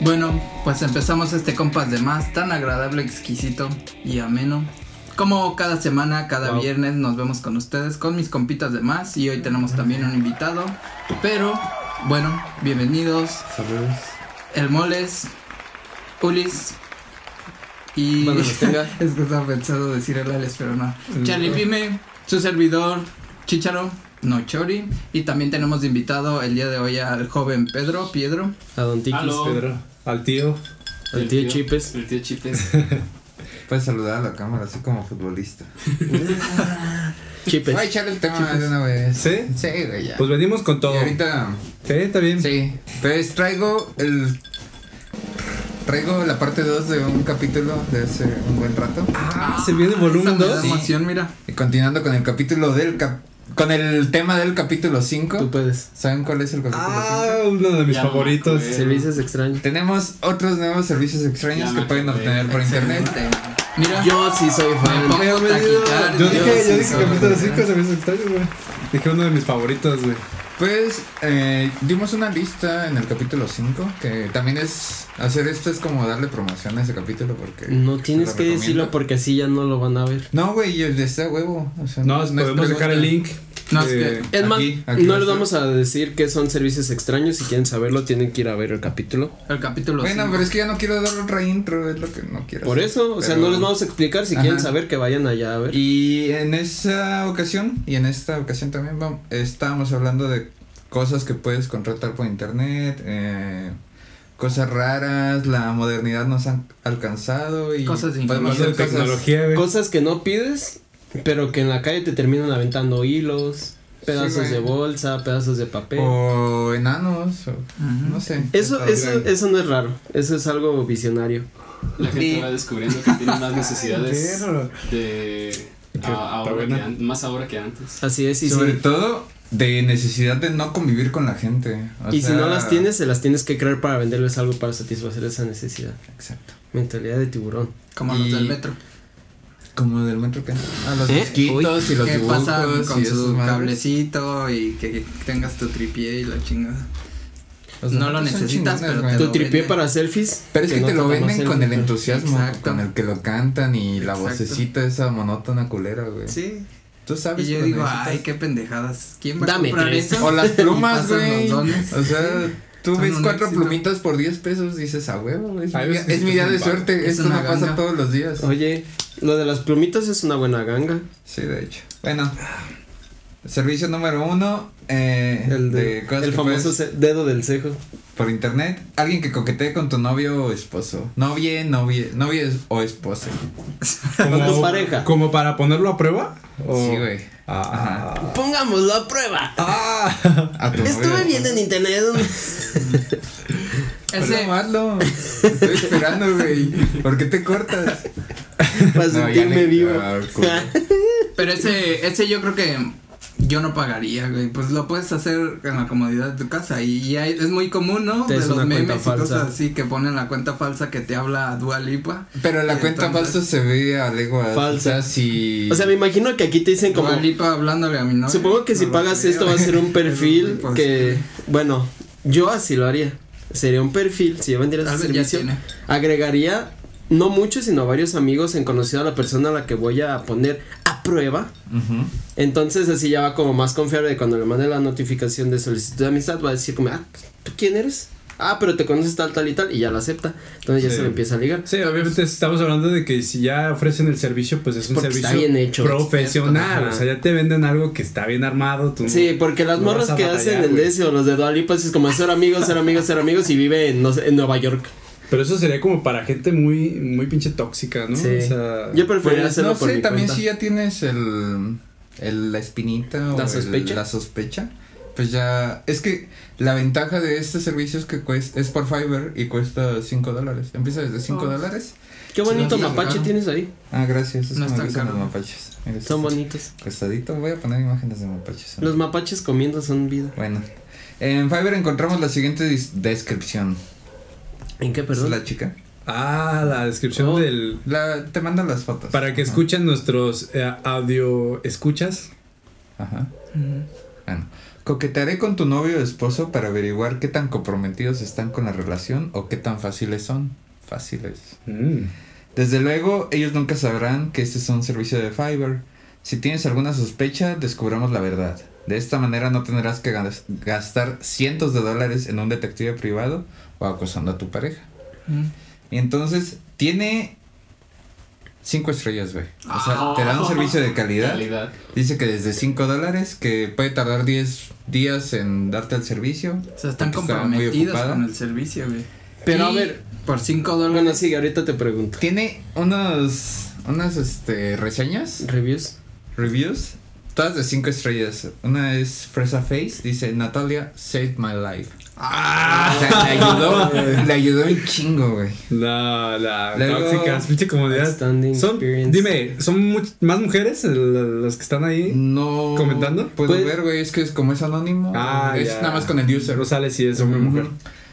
Bueno, pues empezamos este compás de más tan agradable, exquisito y ameno. Como cada semana, cada Wow. viernes nos vemos con ustedes, con mis compitas de más y hoy tenemos también un invitado. Pero, bueno, bienvenidos, Saludos. el Moles, Ulis y... Cuando los tenga. es que estaba pensado decir el Alex, pero no. Charlie Pime, su servidor, Chicharo, Nochori y también tenemos de invitado el día de hoy al joven Pedro, Piedro. A Don Tiquis, Aló. Pedro. Al tío. Al tío, Chipes. El tío Chipes. Puedes saludar a la cámara, así como futbolista. Chipes. Voy a echar el tema de una vez. ¿Sí? Sí, güey, ya. Pues venimos con todo. y ahorita, Sí, está bien. sí. Pues traigo el. Traigo la parte 2 de un capítulo de hace un buen rato. Ah, se viene el volumen Esa me da 2. Sí. emoción, mira. Y continuando con el capítulo del. cap- con el tema del capítulo 5. puedes. ¿Saben cuál es el capítulo 5? Ah, uno de mis Ya me favoritos. acuerdo. Servicios extraños. Tenemos otros nuevos servicios extraños Ya que me pueden acordé. obtener por internet. Excelente. Mira, Yo sí soy fan. Me pongo Bienvenido. taquicardia. Yo dije, yo dije Sí, capítulo sí. 5 se me hizo extraño, güey. Dije uno de mis favoritos, güey. Pues eh, dimos una lista en el capítulo 5, que también es, hacer esto es como darle promoción a ese capítulo porque... No se tienes lo que decirlo recomiendo. porque así ya no lo van a ver. No, güey, yo de este huevo. O sea, No, podemos dejar el link. No, es eh, Es más, Aquí, aquí no va les a vamos a decir que son servicios extraños. Si quieren saberlo, tienen que ir a ver el capítulo. El capítulo Bueno, cinco. pero es que yo no quiero dar otra intro, es lo que no quiero. Por hacer, eso, o sea, pero- no les vamos a explicar. Si quieren Ajá. saber, que vayan allá a ver. Y en esa ocasión, y en esta ocasión también vamos, estábamos hablando de cosas que puedes contratar por internet, eh, cosas raras, la modernidad nos ha alcanzado y Cosas de podemos Más de hacer cosas tecnología, güey. Cosas que no pides, pero que en la calle te terminan aventando hilos, pedazos güey. de bolsa, pedazos de papel. o enanos, o Ujú. no sé. Eso, Está eso, bien. eso no es raro. Eso es algo visionario. La gente va descubriendo que tiene más necesidades Pero- de. Que a- está ahora que buena. an- más ahora que antes. Así es. Y, si, Sobre todo de necesidad de no convivir con la gente. o y si sea- no las tienes, se las tienes que crear para venderles algo para satisfacer esa necesidad. Exacto. Mentalidad de tiburón. Como los Y- del metro. Como del metro que a los ¿Eh? mosquitos y los que dibujos pasan con y esas su madres. cablecito y que tengas tu tripié y la chingada. O sea, No lo son necesitas, chingones, pero güey. te Tu lo tripié venden. para selfies. Pero es que, no te lo toma venden con el selfie, pero- entusiasmo Exacto. con el que lo cantan y la Exacto. vocecita esa monótona culera, güey. Sí. Tú Y sabes yo que lo digo, necesitas. ay, qué pendejadas. ¿Quién va Dame a comprar tres. eso? O las plumas, Y pasan güey. los dones. O sea, tú Son ves un cuatro éxito. plumitas por 10 pesos, dices, a huevo, es, Hay mi, día- veces que es mi es día un de bar. suerte. Es Esto no una ganga. pasa todos los días. Oye, lo de las plumitas es una buena ganga. Sí, de hecho. Bueno, servicio número uno, eh, El, de- cosas el que famoso puedes ce- dedo del cejo. por internet. Alguien que coquetee con tu novio o esposo. Novie, novie, novie es- o esposa. como- Con tu pareja. Como para ponerlo a prueba. Oh. o- Sí, güey. Ah. Pongámoslo a prueba. Ah. A tu Estuve novio. viendo en internet. Ese... Ese, Estoy esperando, güey. ¿Por qué te cortas? Para No, ya sentirme le- vivo. ah, culo. pero ese, ese yo creo que yo no pagaría, güey. Pues lo puedes hacer en la comodidad de tu casa. Y, y hay- es muy común, ¿no? Te de es los una cuenta memes y cosas falsa. así que ponen la cuenta falsa que te habla Dua Lipa. Pero la Y cuenta entonces- falsa se ve a legua. Falsa. O sea, si. O sea, me imagino que aquí te dicen como. Dua Lipa hablándole a mi novia. Supongo que si No lo pagas creo. esto va a ser un perfil Pues, que. Bueno, yo así lo haría. Sería un perfil. Si yo vendiera Tal ese vez ya servicio, tiene. agregaría no muchos, sino varios amigos en conocido a la persona a la que voy a poner a prueba. Ujú. Entonces así ya va como más confiable de cuando le mande la notificación de solicitud de amistad, va a decir como, ah, ¿tú quién eres? Ah, pero te conoces tal, tal y tal, y ya la acepta. Entonces ya Sí. se le empieza a ligar. Sí, obviamente estamos hablando de que si ya ofrecen el servicio, pues es un Porque servicio está bien hecho, profesional. experto, o sea, ya te venden algo que está bien armado. Tú Sí, porque las no morras vas a que batallar, hacen el güey. deseo, los de Dualipas, es como ser amigos, ser amigos, ser amigos, y vive en, no sé, en Nueva York. Pero eso sería como para gente muy, muy pinche tóxica, ¿no? Sí. O sea, Yo preferiría Pues, hacerlo no por sé, mi también cuenta. si ya tienes el, el- la espinita o ¿La el- sospecha? la sospecha, pues ya es que la ventaja de este servicio es que cuesta, es por Fiverr y cuesta 5 dólares. Empieza desde 5 Oh. dólares. Qué bonito Sí, no, mapache claro. tienes ahí. Ah, gracias. Es No no es tan están caros caro. los mapaches. Mira, Son este bonitos. Costadito, voy a poner imágenes de mapaches. Los mapaches comiendo son vida. Bueno, en Fiverr encontramos la siguiente dis- descripción. ¿En qué, Es perdón? la chica. Ah, la descripción Oh. del. La, te manda las fotos. Para que Ajá. escuchen nuestros eh, audio escuchas. Ajá. Ujú. Bueno, Coquetearé con tu novio o esposo para averiguar qué tan comprometidos están con la relación o qué tan fáciles son. Fáciles. Mm. Desde luego, ellos nunca sabrán que este es un servicio de Fiverr. Si tienes alguna sospecha, descubramos la verdad. De esta manera no tendrás que gas- gastar cientos de dólares en un detective privado o acosando a tu pareja. Mm. Y entonces, tiene cinco estrellas, güey. O sea, Ah. te da un servicio de calidad. Calidad. Dice que desde 5 dólares, que puede tardar 10 días en darte el servicio. O sea, están Porque está muy comprometidos ocupada. con el servicio, güey. Pero a Y ver- Por 5 dólares. Bueno, sí, ahorita te pregunto. Tiene unos, unas este, reseñas, ¿Reviews? reviews, todas de 5 estrellas. Una es Fresa Face, dice Natalia saved my life. Ah, o sea, le ayudó, le ayudó un chingo, güey. La, la Luego- tóxicas, pinche comodidad. Outstanding Son, experience. dime, ¿son much- más mujeres el- las que están ahí? No. ¿Comentando? Ah, Puedo Pues- ver, güey, es que es como es anónimo. es ya. nada más con el user. No sale si es hombre o Ujú. mujer.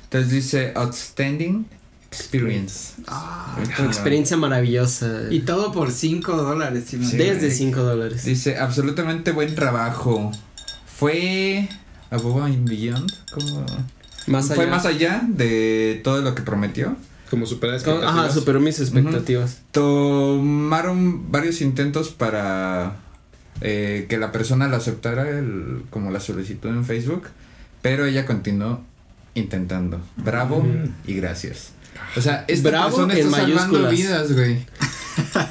Entonces dice Outstanding Experience. Ah, Experiencia maravillosa. Y todo por 5 dólares. sí, Sí. madre. Desde 5 dólares. Dice, absolutamente buen trabajo. Fue above and beyond. ¿cómo? Más Fue allá. más allá de todo lo que prometió. Como supera Co- Ajá, expectativas. superó mis expectativas. Tomaron varios intentos para eh, que la persona la aceptara el- como la solicitud en Facebook, pero ella continuó intentando. Bravo y gracias. O sea, esta Bravo persona en está salvando mayúsculas. vidas, güey.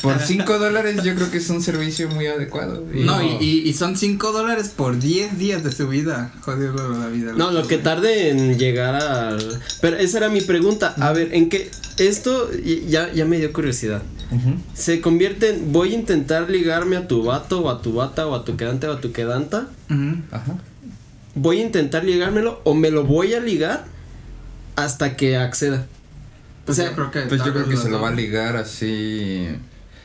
Por 5 dólares yo creo que es un servicio muy adecuado. Y- No, y, y- y son 5 dólares por 10 días de su vida. Joderlo la vida. No, lo que tarde en llegar al. Pero esa era mi pregunta. A ver, ¿en qué? Esto y- ya, ya me dio curiosidad. Ujú. Se convierte en. Voy a intentar ligarme a tu vato, o a tu bata, o a tu quedante, o a tu quedanta. Ujú. Ajá. Voy a intentar ligármelo, o me lo voy a ligar hasta que acceda. O Pues sea, yo creo que, Pues tal yo creo vez que se lo dos. va a ligar así.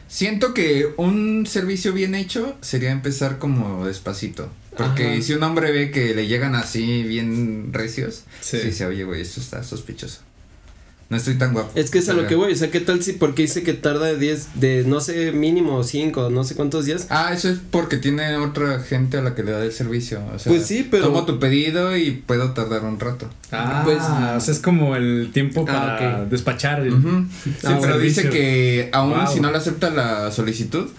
Siento que un servicio bien hecho sería empezar como despacito. Porque Ajá. si un hombre ve que le llegan así bien recios, sí. Sí. dice, oye, güey, esto está sospechoso. No estoy tan guapo. Es que es a O lo sea, que voy, o sea, ¿qué tal si porque dice que tarda de 10, de no sé, mínimo 5, no sé cuántos días? Ah, eso es porque tiene otra gente a la que le da el servicio. O sea, Pues sí, pero- Tomo tu pedido y puedo tardar un rato. Ah, Pues- o sea, es como el tiempo Ah, para ok. despachar. el- Ujú. Sí, Ah, pero servicio. dice que aún Wow. si no le acepta la solicitud,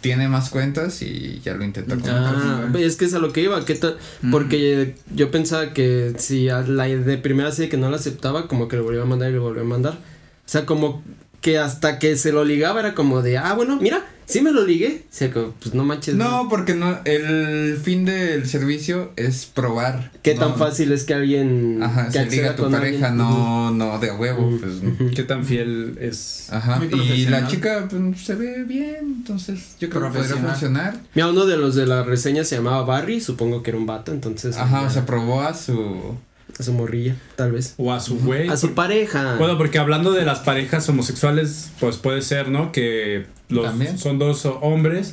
tiene más cuentas y ya lo intenta con otras. Ah, Ajá. es que es a lo que iba, ¿qué tal? Mm. Porque yo pensaba que si a la de primera serie que no la aceptaba, como que lo volvió a mandar y lo volvió a mandar. O sea, como que hasta que se lo ligaba era como de, ah, bueno, mira, sí me lo ligué. O sea, como, pues no manches. No, porque no, el fin del servicio es probar. Qué No, tan fácil es que alguien Ajá, que se liga acceda a tu con pareja, alguien. no, no, de a huevo, Ujú. pues. Ujú. ¿Qué tan fiel es? Ajá, Muy y profesional. la chica pues, se ve bien, entonces yo creo que podría Profesional. funcionar. Mira, uno de los de la reseña se llamaba Barry, supongo que era un vato, entonces. Ajá, Pues, ya, o sea, probó a su... a su morrilla, tal vez. O a su güey. A su pareja. Bueno, porque hablando de las parejas homosexuales, pues puede ser, ¿no? Que los También. son dos hombres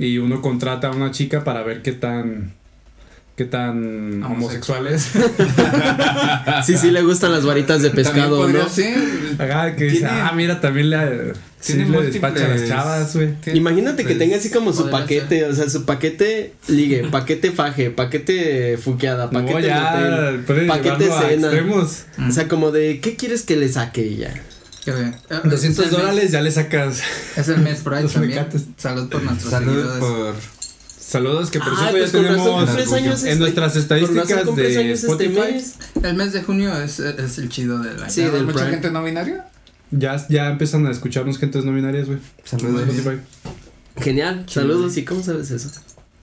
y uno contrata a una chica para ver qué tan qué tan homosexuales. Ah, sí, sí le gustan las varitas de También pescado, podría ¿no? ser, Ajá, que dice, Tiene- ah, mira, también le, sí tiene le despacha a las múltiples- chavas, güey. tiene Imagínate que múltiples- tenga así como su Podría paquete, o sea, su paquete ligue, paquete faje, paquete fuqueada, No, paquete ya, motel, puede paquete llevarlo a cena. extremos. O sea, como de, ¿qué quieres que le saque y ya? Qué bien. Eh, es 200 el mes- dólares ya le sacas. Es el mes Pride Los también. mecates. Salud por nuestros Salud seguidores. por... Saludos que por Ah, cierto pues ya con razón tenemos cumples años este- en nuestras Con razón estadísticas cumples de años este Spotify. mes. El mes de junio es, es el chido del año. Sí, del ¿Mucha Pride. gente no binaria? ya, ya empiezan a escucharnos gentes no binarias, güey. Saludos. Spotify. Genial, saludos. ¿Y cómo sabes eso?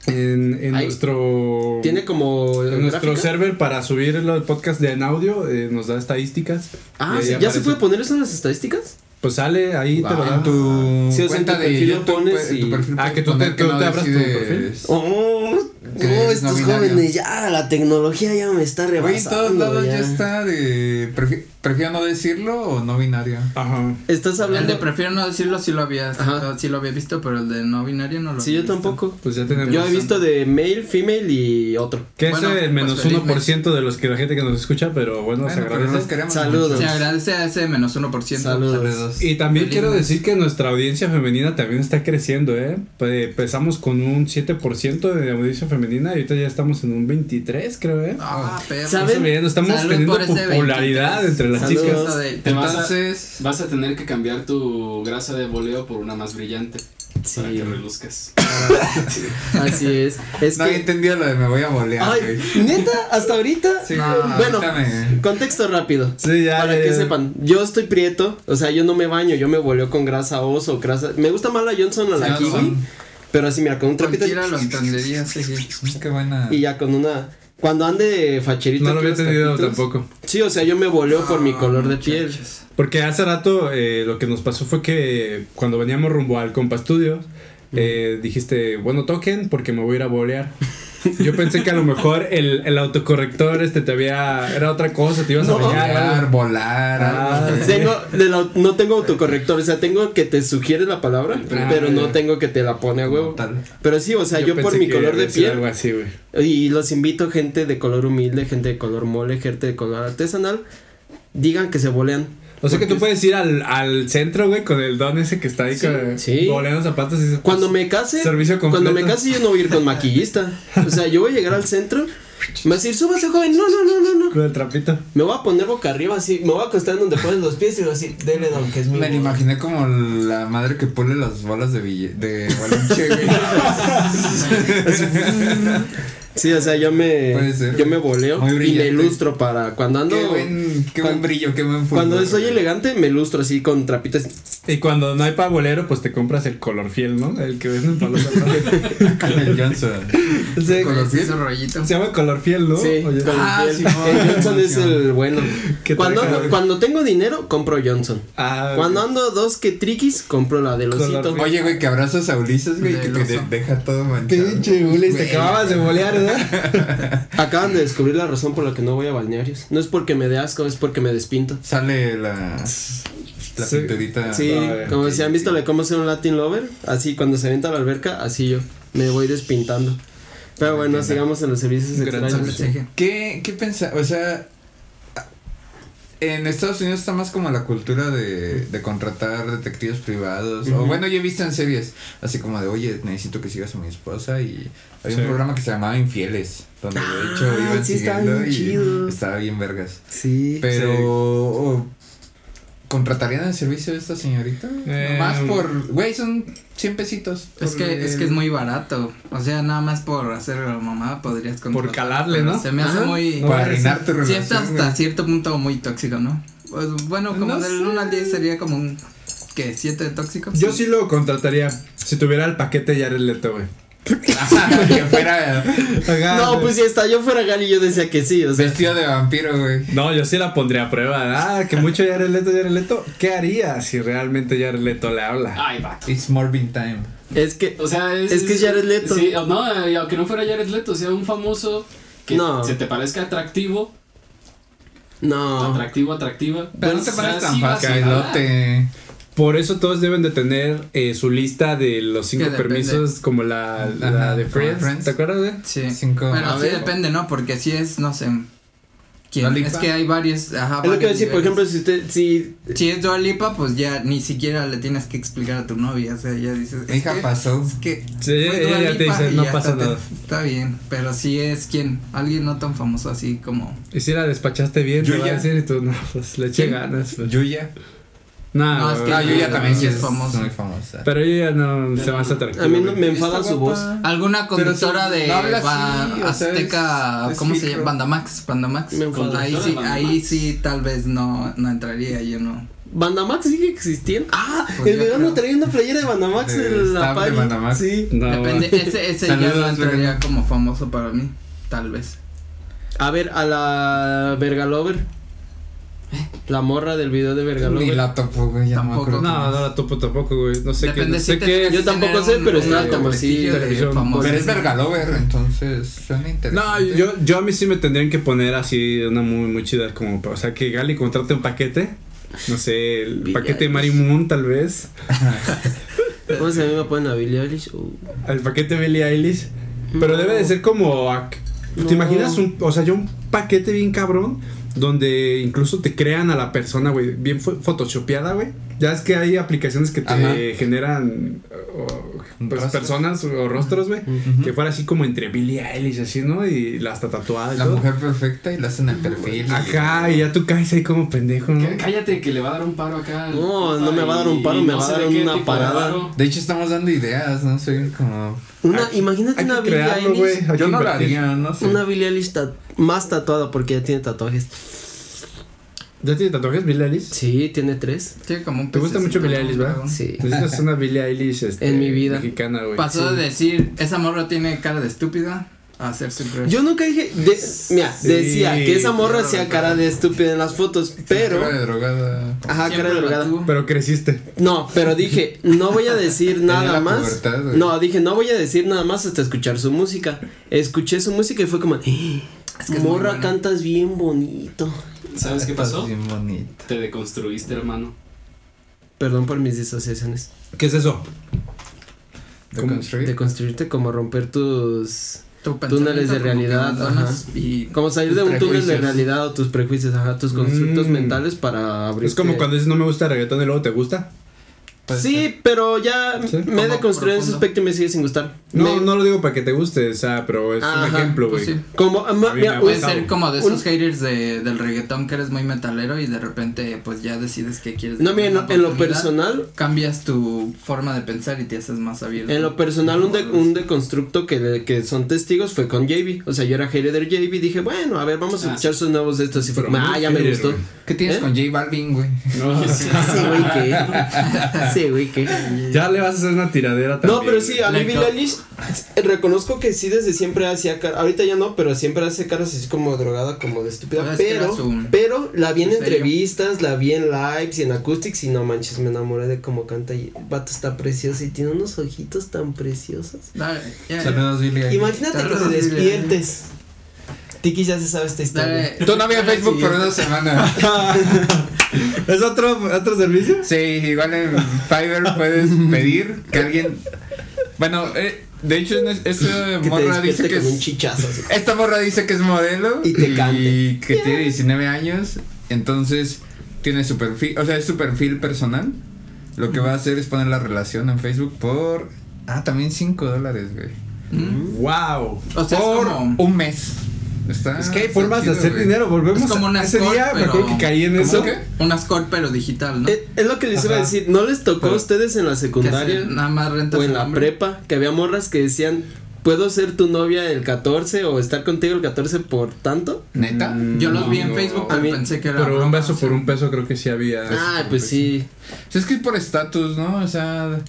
En, en Ay. nuestro. Tiene como. en nuestro gráfica? server para subir el podcast de en audio, eh, nos da estadísticas. Ah, Y ahí sí, ¿ya se aparece. puede poner eso en las estadísticas? Pues sale ahí, te lo En dan. tu Sí, o sea, en tu cuenta de perfil lo YouTube, pues, pones en tu y- perfil Ah, que tú poner te- tú te abras tu decides- Oh, Que no, es estos no binario. jóvenes, ya, la tecnología ya me está Güey, en rebasando. todos lados ya. ya. está de perfil, Prefiero no decirlo o no binario. Ajá. Estás El hablando. de prefiero no decirlo sí lo había, Ajá. sí lo había visto, pero el de no binario no lo Sí, había yo visto. tampoco. Pues ya tenemos. Yo he visto de male, female y otro. Que Bueno, es pues el menos feliz 1% de los que la gente que nos escucha, pero bueno, se Bueno, pero agradece. los queremos. Saludos. mucho. Se agradece a ese menos 1%. Saludos. Saludos. Y también Feliz quiero mes. decir que nuestra audiencia femenina también está creciendo, ¿eh? Pues empezamos con un 7% de audiencia femenina y ahorita ya estamos en un 23, creo, ¿eh? Ah, perro. ¿Saben? Estamos viendo, estamos Salud teniendo por ese popularidad 23. entre las Salud. chicas. Eso de- Te vas a- Entonces, Vas a tener que cambiar tu grasa de voleo por una más brillante Sí, para que reluzcas. así es. Es nadie que. entendió lo de me voy a bolear, Ay, güey. neta, hasta ahorita. Sí, no, güey, bueno. cuéntame. Contexto rápido. Sí, ya. Para ya, que ya. sepan, yo estoy prieto, o sea, yo no me baño, yo me voleo con grasa oso, grasa. Me gusta más la Johnson o la Sí, Kiwi, Johnson. pero así, mira, con un trapito. Cualquiera lo entendería, sí, sí. Pues, Qué buena. Y ya con una. Cuando ande facherito. No lo aquí había los entendido taquitos. tampoco. Sí, o sea, yo me voleo por mi color de piel. Ah, Muchachos. Porque hace rato eh, lo que nos pasó fue que cuando veníamos rumbo al Compa Studios, eh, dijiste, bueno, toquen porque me voy a ir a bolear. Yo pensé que a lo mejor el, el autocorrector este te había. era otra cosa, te ibas No. a bañar. Volar, volar. Ah, algo, güey. Tengo, de la- no tengo autocorrector, o sea, tengo que te sugiere la palabra, Ah, pero no ya. tengo que te la pone a huevo. Tal. Pero sí, o sea, yo, por pensé mi que color de iba a decir piel. Algo así, güey. Y los invito, gente de color humilde, gente de color mole, gente de color artesanal, digan que se bolean. O sea que tú Porque- puedes ir al, al centro, güey, con el don ese que está ahí Sí, con, sí. boleando zapatos y Cuando me case, Servicio completo. cuando me case yo no voy a ir con maquillista. O sea, yo voy a llegar al centro, me va a decir, súbase joven, no, no, no, no, no. Con el trapito. Me voy a poner boca arriba así, me voy a acostar en donde pones los pies y voy a decir, dele don, que es mi Me lo bola". imaginé como la madre que pone las bolas de bille de boliche, güey. Sí, o sea, yo me, Puede ser. yo me boleo Muy y me brillante. ilustro para cuando ando, qué buen, qué buen cuan- brillo, qué buen fútbol. cuando soy güey. elegante, me ilustro así con trapitos. Y cuando no hay pa' bolero, pues te compras el color fiel, ¿no? El que venden para los zapatos. Con el Johnson. Sí, Color Ese fiel. rollito. Se llama color fiel, ¿no? Sí, Oye, con Ah, el, sí, el no, Johnson no, es no. el bueno. ¿Qué tal, Cuando, cabrón? cuando tengo dinero, compro Johnson. Ah, Cuando ando dos que triquis, compro la de Color losito. Oye, güey, que abrazas a Ulises, güey, Del que te de- oso. deja todo manchado. Pinche Ulises, te Güey. acababas de bolear, ¿verdad? Acaban de descubrir la razón por la que no voy a balnearios. No es porque me dé asco, es porque me despinto. Sale la, la Sí. pinturita. Sí, Ah, como si han visto la de cómo ser un Latin lover, así cuando se avienta a la alberca, así yo me voy despintando. Pero bueno, sigamos en los servicios Gran extraños. mensaje. ¿Qué, qué pensa- O sea, en Estados Unidos está más como la cultura de, de contratar detectives privados. O Ujú. bueno, yo he visto en series, así como de, oye, necesito que sigas a mi esposa. Y había Sí. un programa que se llamaba Infieles, donde de hecho Ah, iban sí, estaba siguiendo bien y chido. estaba bien vergas. Sí. Pero, Sí. o- ¿contratarían el servicio de esta señorita? Eh, más mm. por, güey, son 100 pesitos. Es por que, es que es muy barato. O sea, nada más por hacer la mamá podrías Por calarle, pero ¿no? Se me hace Ajá. muy. Para arruinar Sí, tu relación. está güey. hasta cierto punto muy tóxico, ¿no? Pues, bueno, como No del sé. 1 al 10 sería como un. ¿Qué? ¿7 de tóxico? Yo sí lo contrataría. Si tuviera el paquete ya era el leto, güey. que fuera No, pues si hasta yo fuera Gali, yo decía que sí, o sea. vestido Pues de vampiro, güey. No, yo sí la pondría a prueba. Ah, que mucho ya era el leto, ya era el leto. ¿Qué haría si realmente ya era el leto le habla? Ah. Ay, vato. It's Morbin time. Es que. O sea, es. Es que es Jared Leto. Sí, o no, y aunque no fuera Jared Leto, sea un famoso que No. se te parezca atractivo, No. atractivo, atractiva. Pero no pues, te pones así tan vas a fácil. jalar. Cailote. Por eso todos deben de tener eh, su lista de los cinco Que depende. permisos como la, la Ajá, de como Friends. Friends. ¿Te acuerdas, güey? Sí. Cinco- Bueno, a sí ver. depende, ¿no? Porque si es, no sé. ¿quién? Dua Lipa. Es que hay varios. Ajá, Es lo que voy a varios decir, por niveles. ejemplo, si usted. Si, Si es Dua Lipa, pues ya ni siquiera le tienes que explicar a tu novia. O sea, ya dices. es Hija que- pasó. Es que. Sí, fue Dua ella te Lipa dice, y no ya pasa está, te- nada. Está bien, pero si es quien, alguien no tan famoso así como. Y si la despachaste bien, Yo te va a ya. decir y tú, no, pues le eché ¿Quién? ganas. pues. Yuya. Nah, No, es que- güey. No, Yuya también sí es es famosa. famosa. Muy famosa. Pero yo ya no se me hace atractivo. a mí no güey. me enfada Está su voz. guapa. Alguna Pero si conductora de no habla ba- así, o sea, Azteca, es- es ¿cómo se micro. llama? Bandamax, Bandamax. Me enfada. Ahí Conductora sí, de ahí Bandamax. sí tal vez no, no entraría, yo no. ¿Bandamax sigue existiendo? Ah, Pues el yo vegano creo. traía una playera de Bandamax De en la staff de party. Bandamax. Sí. No, Depende, güey. ese, ese ya no Saludos, entraría Belén. como famoso para mí, tal vez. A ver, a la Verga Lover. La morra del video de Vergalo. Ni la topo, güey. Ya no me Tampoco. acuerdo. No, no la topo tampoco, güey. No sé qué. Depende No sé si qué. tengas Yo que tampoco tener sé, pero un, está eh, como prestigio así, de televisión. famoso. Pero es Vergalover, entonces suena No, interesante. yo, yo a mí sí me tendrían que poner así una muy, muy chida. Como, o sea, que Gali contrate un paquete. No sé, el Villa paquete de Mary Eilish. Moon, tal vez. ¿Cómo se me ponen a Billie Eilish? Uh, El paquete de Billie Eilish. Pero no. debe de ser como. ac- No. ¿Te imaginas un. O sea, yo un paquete bien cabrón. Donde incluso te crean a la persona, güey. Bien fo- photoshopeada, güey. Ya es que hay aplicaciones que te Ajá. generan. o- Un pues, rostro. personas o rostros, güey. Que fuera así como entre Billie Eilish, así, ¿no? Y la hasta tatuada. y La todo. mujer perfecta y la hacen el perfil. Ajá, y ya tú caes ahí como pendejo, ¿no? Cá- Cállate que le va a dar un paro acá. al No, compa no me va a dar un y- paro, y me no va a sé dar de qué una tipo de parada. paro. De hecho, estamos dando ideas, ¿no? Soy como. Una, imagínate Hay una que Billie crearlo, Eilish. güey. Hay Yo que no la invertir. haría, no sé. Una Billie Eilish tat- más tatuada porque ya tiene tatuajes. ¿Ya tiene tatuajes Billie Eilish? Sí, tiene tres. Sí, como un ¿Te gusta pececito, mucho Billie Eilish, verdad? dragón. Sí. Necesitas una Billie Eilish este, En mi vida. mexicana, güey. Pasó de decir, esa morra tiene cara de estúpida, a ser siempre. Yo nunca dije. de- mira, Sí. decía que esa morra Yo no hacía lo cara de estúpida en las fotos, pero. Cara de drogada. Ajá, ah, cara Siempre de la drogada. tuvo. Pero creciste. No, pero dije, no voy a decir Tenía nada la más. pubertad, güey. No, dije, no voy a decir nada más hasta escuchar su música. Escuché su música y fue como, "Eh, Es que es muy morra, buena". cantas bien bonito. ¿Sabes qué Estás pasó? Bien bonita. Te deconstruiste, hermano. Perdón por mis disociaciones. ¿Qué es eso? De ¿Cómo? construir. De construirte como túneles tus... Tu Túneles pensamiento, como que de realidad, abandonas ajá. Y Como salir de Tus un túnel de prejuicios. realidad o tus prejuicios, ajá, tus constructos Mm. mentales para abrir. Es como cuando dices no me gusta el reggaetón y luego te gusta. Puede ser. Sí, pero ya Sí. me he Como deconstruido en ese profundo. aspecto y me sigue sin gustar. No, Me- no lo digo para que te guste, o sea, pero es un Ajá, ejemplo, güey. pues sí. Como, ah, ma- A mí mira, me ha un- Puede pasado. ser como de Un- esos haters de, del reggaetón que eres muy metalero y de repente pues ya decides que quieres. no, mira, en darle lo- una en lo oportunidad, personal, Cambias tu forma de pensar y te haces más abierto. En lo personal, un, de- un deconstructo que, le- que son testigos fue con JB. O sea, yo era hater de JB. Dije, bueno, a ver, vamos a Ah, escuchar sus nuevos de estos. Y fue Pero como, muy ah, ya me hater, gustó. güey. ¿Qué tienes ¿Eh? con J Balvin, güey? No, Sí, güey, que. Sí, güey, que. ya le vas a hacer una tiradera también. No, pero sí, a mí Le Billie ca- Eilish, eh, reconozco que sí desde siempre hacía caras, ahorita ya no, pero siempre hace caras así como drogada, como de estúpida, Pues es que pero, era su- pero la vi en su sello. entrevistas, la vi en lives y en acoustics y no manches, me enamoré de cómo canta y el vato está precioso y tiene unos ojitos tan preciosos. Dale, ya, Saludos, Billy. Imagínate que te Terrible. despiertes. Tiki ya se sabe esta historia. dale. Tú no había Facebook por Sí. una semana. ¿Es otro, otro servicio? Sí, igual en Fiverr puedes pedir que alguien. Bueno, eh, de hecho, en es- esta Que te morra dice despierte que con un es. chichazo. así. Esta morra dice que es modelo. Y te cante. y que tiene 19 años. Entonces, tiene su perfil. O sea, es su perfil personal. Lo que va a hacer es poner la relación en Facebook por. Ah, también 5 dólares, güey. ah, Mm. ¡Wow! O sea, es por como. un mes. Está- Es que Ah, hay está formas de chido, hacer güey. dinero. Volvemos Es como a una ese escort, día. Me pero- acuerdo que caí en ¿Cómo eso. qué? Una score pero digital, ¿no? Es, es lo que les iba a Ajá. decir. ¿No les tocó a ustedes en la que Eh, secundaria se- nada más rentas o en un la nombre. prepa que había morras que decían, ¿puedo ser tu novia el 14 o estar contigo el 14 por tanto? ¿Neta? Mm. Yo los No, vi en no. Facebook, A pero mí- pensé que era. Pero un broma, beso o sea. por un peso creo que sí había. Ah, Eso, pues sí. O sea, es que es por estatus, ¿no? O sea,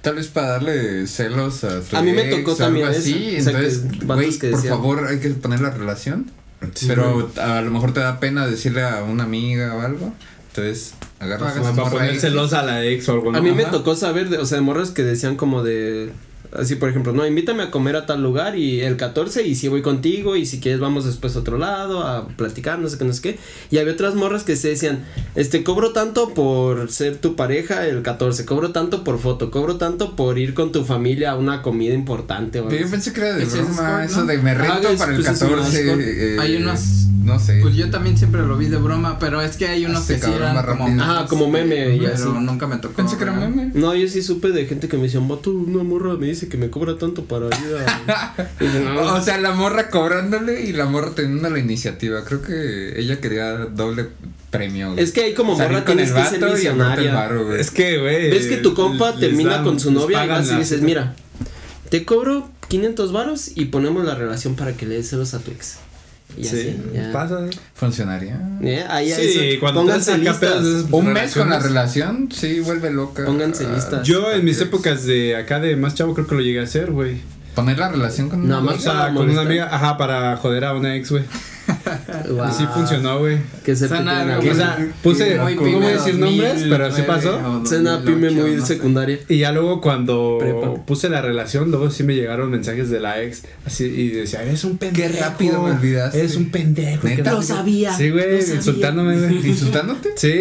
tal vez para darle celos a tu A mí me ex tocó o también algo eso. así. O sea, que Entonces, vatos güey, que por decían- favor, hay que poner la relación. Sí, pero a lo mejor te da pena decirle a una amiga o algo. Entonces, agarras Pagas una Para morra poner X. celosa a la ex o algo. A ¿no? mí me Ajá. tocó saber, de, o sea, de morras que decían como de... Así, por ejemplo, no, invítame a comer a tal lugar y el 14 y si voy contigo y si quieres vamos después a otro lado a platicar, no sé qué, no sé qué. Y había otras morras que se decían, este, cobro tanto por ser tu pareja el 14, cobro tanto por foto, cobro tanto por ir con tu familia a una comida importante. o algo Pero Yo así". pensé que era de Ese es broma, escort, ¿no? eso de me Ah, rento es- para el pues es un 14. escort. eh, Hay unos- No sé. Pues yo también siempre lo vi de broma, pero es que hay unos Este que sí cabrón eran más como. este, rápido. Ajá, como meme y pero así. nunca me tocó. Pensé que era real. meme. No, yo sí supe de gente que me decían, vato, una morra me dice que me cobra tanto para ir a... Y dije, "No, O sea, la morra cobrándole y la morra teniendo la iniciativa. Creo que ella quería doble premio. güey. Es que hay como Salir morra, con tienes el que ser vato y aparte el visionaria. varo, güey. Es que, güey. Eh, Ves que tu compa les termina dan- con su les novia y pagan vas y la- dices, mira, te cobro 500 varos y ponemos la relación para que le des celos a tu ex. Y Sí, así, ya. pasa. Funcionaría. Eh, Ahí, Sí, eso, cuando pónganse te hacen listas. capeas, es- Un mes con la Relaciones. relación, sí, vuelve loca. Pónganse Ah, listas. Yo en mis Ex. épocas de acá de más chavo creo que lo llegué a hacer, güey. Poner la relación con Nada una O más morra. para sea, con una molestar. amiga, ajá, para joder a una ex, güey. Wow. Y sí funcionó, güey. Que se Sana, piten a- güey. O sea, puse, Muy no pyme, voy a decir 2009 nombres, pero así pasó. o Cena 2008, pyme muy no sé. secundaria. Y ya luego cuando Prepa. puse la relación, luego sí me llegaron mensajes de la ex así y decía, eres un pendejo. rápido me olvidaste. Eres un pendejo. Neta. que no Lo sé qué". sabía, Sí, lo güey, sabía. insultándome, güey. ¿Insultándote? Sí,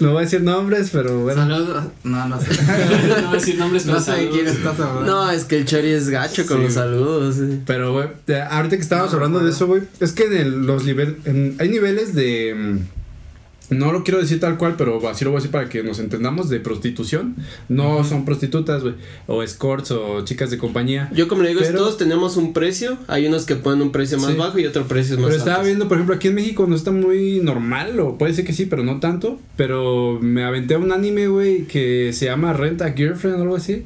no voy a decir nombres, pero bueno. Saludos. No, no sé. No voy a decir nombres, pero No sé de saludos. quién estás hablando. No, es que el Chori es gacho con Sí. los saludos. sí. Pero, güey, eh, ahorita que estábamos hablando de eso, güey, es que en el- los niveles, hay niveles de, mm, no lo quiero decir tal cual, pero así lo voy a decir para que nos entendamos, de prostitución. No son prostitutas, güey, o escorts o chicas de compañía. Yo como le digo, es Pero- todos tenemos un precio. Hay unos que ponen un precio más Sí. bajo y otro precio más Pero alto. estaba viendo, por ejemplo, aquí en México no está muy normal, o puede ser que sí, pero no tanto. Pero me aventé a un anime, güey, que se llama Renta Girlfriend o algo así.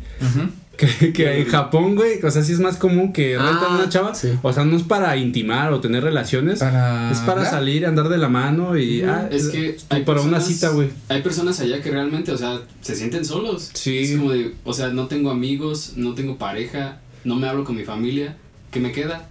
Que, que en Japón, güey, o sea, sí es más común que Ah, rentan a una chava. sí. O sea, no es para intimar o tener relaciones. Para Es para hablar. salir, andar de la mano y. ah, Es que y para una personas- cita, güey. Hay personas allá que realmente, o sea, se sienten solos. Sí. Es como de, o sea, no tengo amigos, no tengo pareja, no me hablo con mi familia. ¿Qué me queda?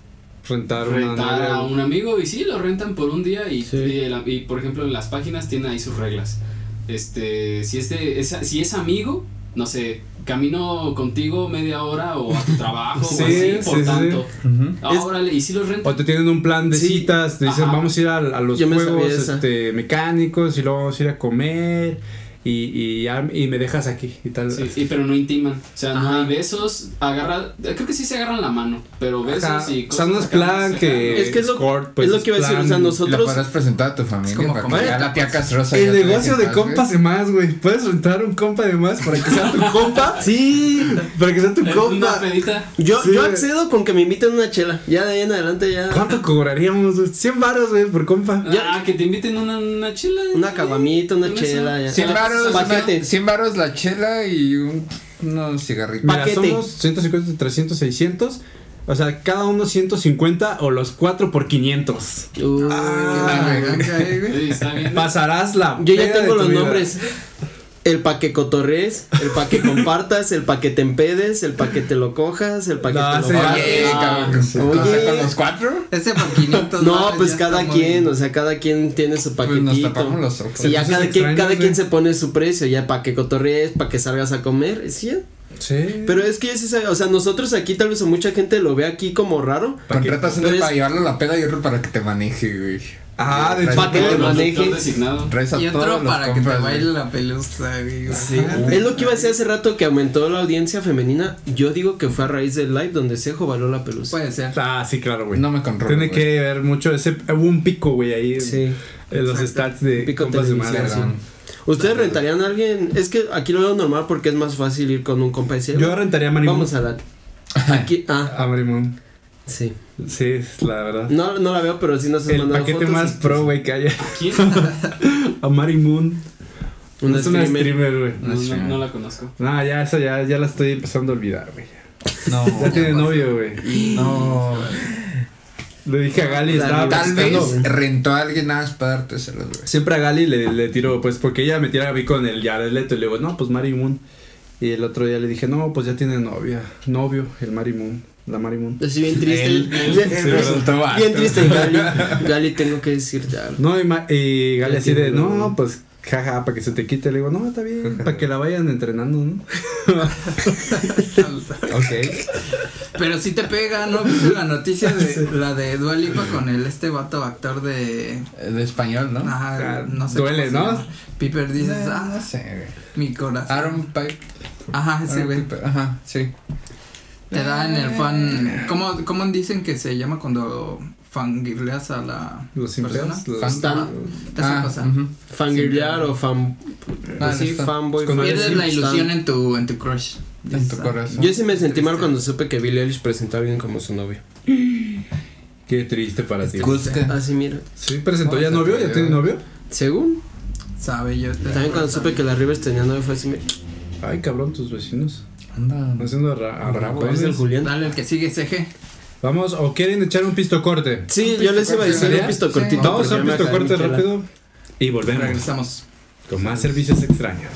Rentar, una Rentar novia, a güey. un amigo y sí, lo rentan por un día y, Sí. y, el- y, por ejemplo en las páginas tiene ahí sus reglas. Este, si, este, es, si es amigo, no sé, camino contigo media hora o a tu trabajo Sí, o así, por sí, sí. tanto. Ujú. Ah, Es- órale, y si los rentan. O te tienen un plan de Sí. citas, te dicen Ajá. vamos a ir a, a los Yo me sabía juegos esa. este, mecánicos y luego vamos a ir a comer y, y, ya- y me dejas aquí y tal. Sí, y pero no intiman. O sea, no Ajá. hay besos, agarra, creo que sí se agarran la mano, pero besos Ajá, y o sea, no es acá, plan ajá, que Es que es lo- escort, es lo que iba a decir, plan- o sea, Y la podrás nosotros... presentar a tu familia. como para comer que ya la tía Castrosa ya El te deje negocio en de paz, güey. compas de más, güey. Puedes rentar un compa de más para que sea tu compa. Sí, Para que sea tu Una compa. pedita. yo, Sí. yo accedo con que me inviten una chela. Ya de ahí en adelante ya... ¿Cuánto cobraríamos? güey? 100 baros, güey, por compa. Ya- Ah, que te inviten una, una chela. Una caguamita, una Con chela, ya. eso. 100 varos, Paquete. una- 100 varos la chela y un, unos cigarritos. Mira, Paquete. somos 150, 300, 600. O sea, cada uno 150 o los cuatro por 500. Uy, La Ah, regaña. ok, güey. Sí, está bien. Pasarás la. Yo ya peda de tengo tu los vida. nombres. El pa' que cotorres, el pa' que compartas, el pa' que te empedes, el pa' que te lo cojas, el pa' que No, te sí. lo Ah, Oye, cabrón. oye. O sea, ¿Con los cuatro? Ese por 500 No, dólares pues ya cada está muy- quien, o sea, cada quien tiene su Pues paquetito. nos tapamos los ojos. y ya Esos cada quien, extraños, cada quien güey. se pone su precio, ya pa' que cotorrees, pa' que salgas a comer, ¿sí? ya. Sí. Pero es que yo sí sab- o sea, nosotros aquí tal vez o mucha gente lo ve aquí como raro. Contratas uno Pero es- para llevarlo a la peda y otro para que te maneje, güey. Ah, de Pa' hecho, que güey. te Conductor maneje. designado. Traes a Y todos otro los para que te compas, güey. baile la pelusa, güey. Es lo que iba a decir hace rato que aumentó la audiencia femenina. Yo digo que fue a raíz del live donde Sejo való la pelusa. Puede ser. Ah, sí, claro, güey. No me controlo. Tiene güey. que ver mucho. Ese, hubo un pico, güey, ahí. en- Sí. En los stats de Pico compas de televisión, madre. sí. ¿Ustedes rentarían a alguien? Es que aquí lo veo normal porque es más fácil ir con un compa y decir, Yo rentaría a Marimun. vamos a la... Aquí, ah, A Marimun. sí. Sí, es la verdad. No, no la veo, pero sí nos has El mandado paquete fotos. pues- más pro, güey, que haya. ¿Quién? A Marimun. Una es una streamer. streamer, güey. No, no, no la conozco. No, ya, esa ya, ya la estoy empezando a olvidar, güey. No. Ya tiene novio, güey. No. Le dije a Gali, La estaba Tal buscando- vez rentó a alguien nada más para dárteselos, güey. Siempre a Gali le, le tiro, pues, porque ella me tira a mí con el Jared Leto. Y le digo, no, pues Mary Moon. Y el otro día le dije, no, pues ya tiene novia. Novio, el Mary Moon. La Mary Moon. Así bien triste. Él- bien, Sí, ¿verdad? bien triste, Gali. Gali, tengo que decirte algo. No, y, ma- y Gali Ya así de, tiene no, novio". pues, jaja, para que se te quite. Le digo, no, está bien, para que la vayan entrenando, ¿no? Ok. Pero sí te pega, ¿no? ¿Viste la noticia de la de Dua Lipa con el este vato actor de. De español, ¿no? Ajá, Ah, no sé. duele, cómo se ¿no? llama. Piper dices, No, ah, no sé, güey. mi corazón. Aaron Pipe. Ajá, ese Aaron güey. Pipe, Ajá, sí. Te da en el Eh. fan. ¿Cómo, cómo dicen que se llama cuando fangirleas a la Los persona? simples. los- Fan- Ah, Te hace pasar. ujú. Fangirlear o fan... Ah, sí, está. fanboy. Cuando fan- Pierdes la stan. ilusión en tu, en tu crush. En tu corazón. Yo sí me sentí mal Triste. cuando supe que Billie Eilish presentó a alguien como su novio. Qué triste para ti. Cusca. Así, mira. Sí, presentó ya novio, ya tiene novio. Según. ah, Sabe yo. te- También cuando supe que la Rivers tenía novio fue así, mira. Ay, cabrón, tus vecinos. Anda. Haciendo ra- a ¿Es rapones. el Julián? Dale el que sigue, CG. Vamos, o quieren echar un pisto corte. Sí, Un yo les iba a decir pistocorte, un pisto ¿sí? cortito. No, Vamos porque a ya un me pisto acabé mi corte chela. rápido. Y volvemos Regresamos. con más servicios extraños.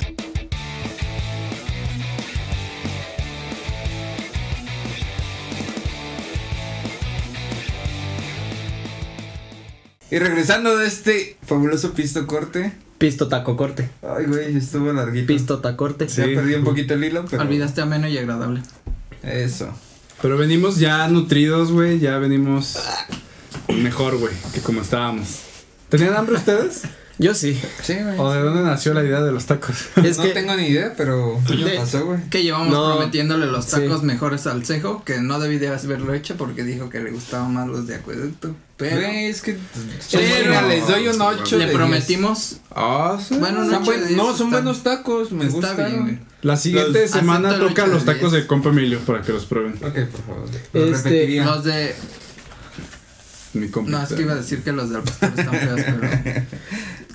Y regresando de este fabuloso pisto corte. Pisto taco corte. Ay, güey, estuvo larguito. Pisto taco corte. Ya Sí. perdí un poquito el hilo, pero. Olvidaste ameno y agradable. Eso. Pero venimos ya nutridos, güey. Ya venimos mejor, güey, que como estábamos. ¿Tenían hambre ustedes? Yo sí. Sí, güey. ¿O de dónde nació la idea de los tacos? Es no que tengo ni idea, pero. Pues De- pasó, güey? Que llevamos No. prometiéndole los tacos Sí. mejores al cejo, que no debí de haberlo hecho porque dijo que le gustaban más los de acueducto. Pero Güey, es que. Pero- les doy un 8. le prometimos. Ah, sí. Bueno, un Son ocho buen- de diez no, son está- buenos tacos. Me está gustan. bien, güey. La siguiente Los- semana acepto el toca ocho de los tacos diez. de compa Emilio para que los prueben. Ok, por favor. Este, repetiría. Los de. Mi compa. No, es que iba a decir que los del pastor están feos, pero.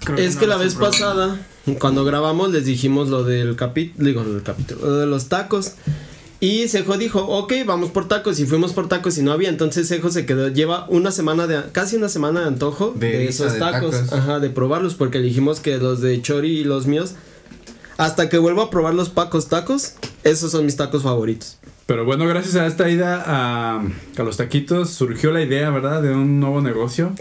creo Es no que la los he vez probado. pasada, cuando grabamos, les dijimos lo del capítulo, digo, lo del capítulo, lo de los tacos. Y Sejo dijo, ok, vamos por tacos. Y fuimos por tacos y no había. Entonces Sejo se quedó, lleva una semana de, casi una semana de antojo De de, eriza esos de tacos. tacos. Ajá, de probarlos, porque le dijimos que los de Chori y los míos. Hasta que vuelvo a probar los Pacos tacos, esos son mis tacos favoritos. Pero bueno, gracias a esta ida a, a los taquitos surgió la idea, ¿verdad? De un nuevo negocio.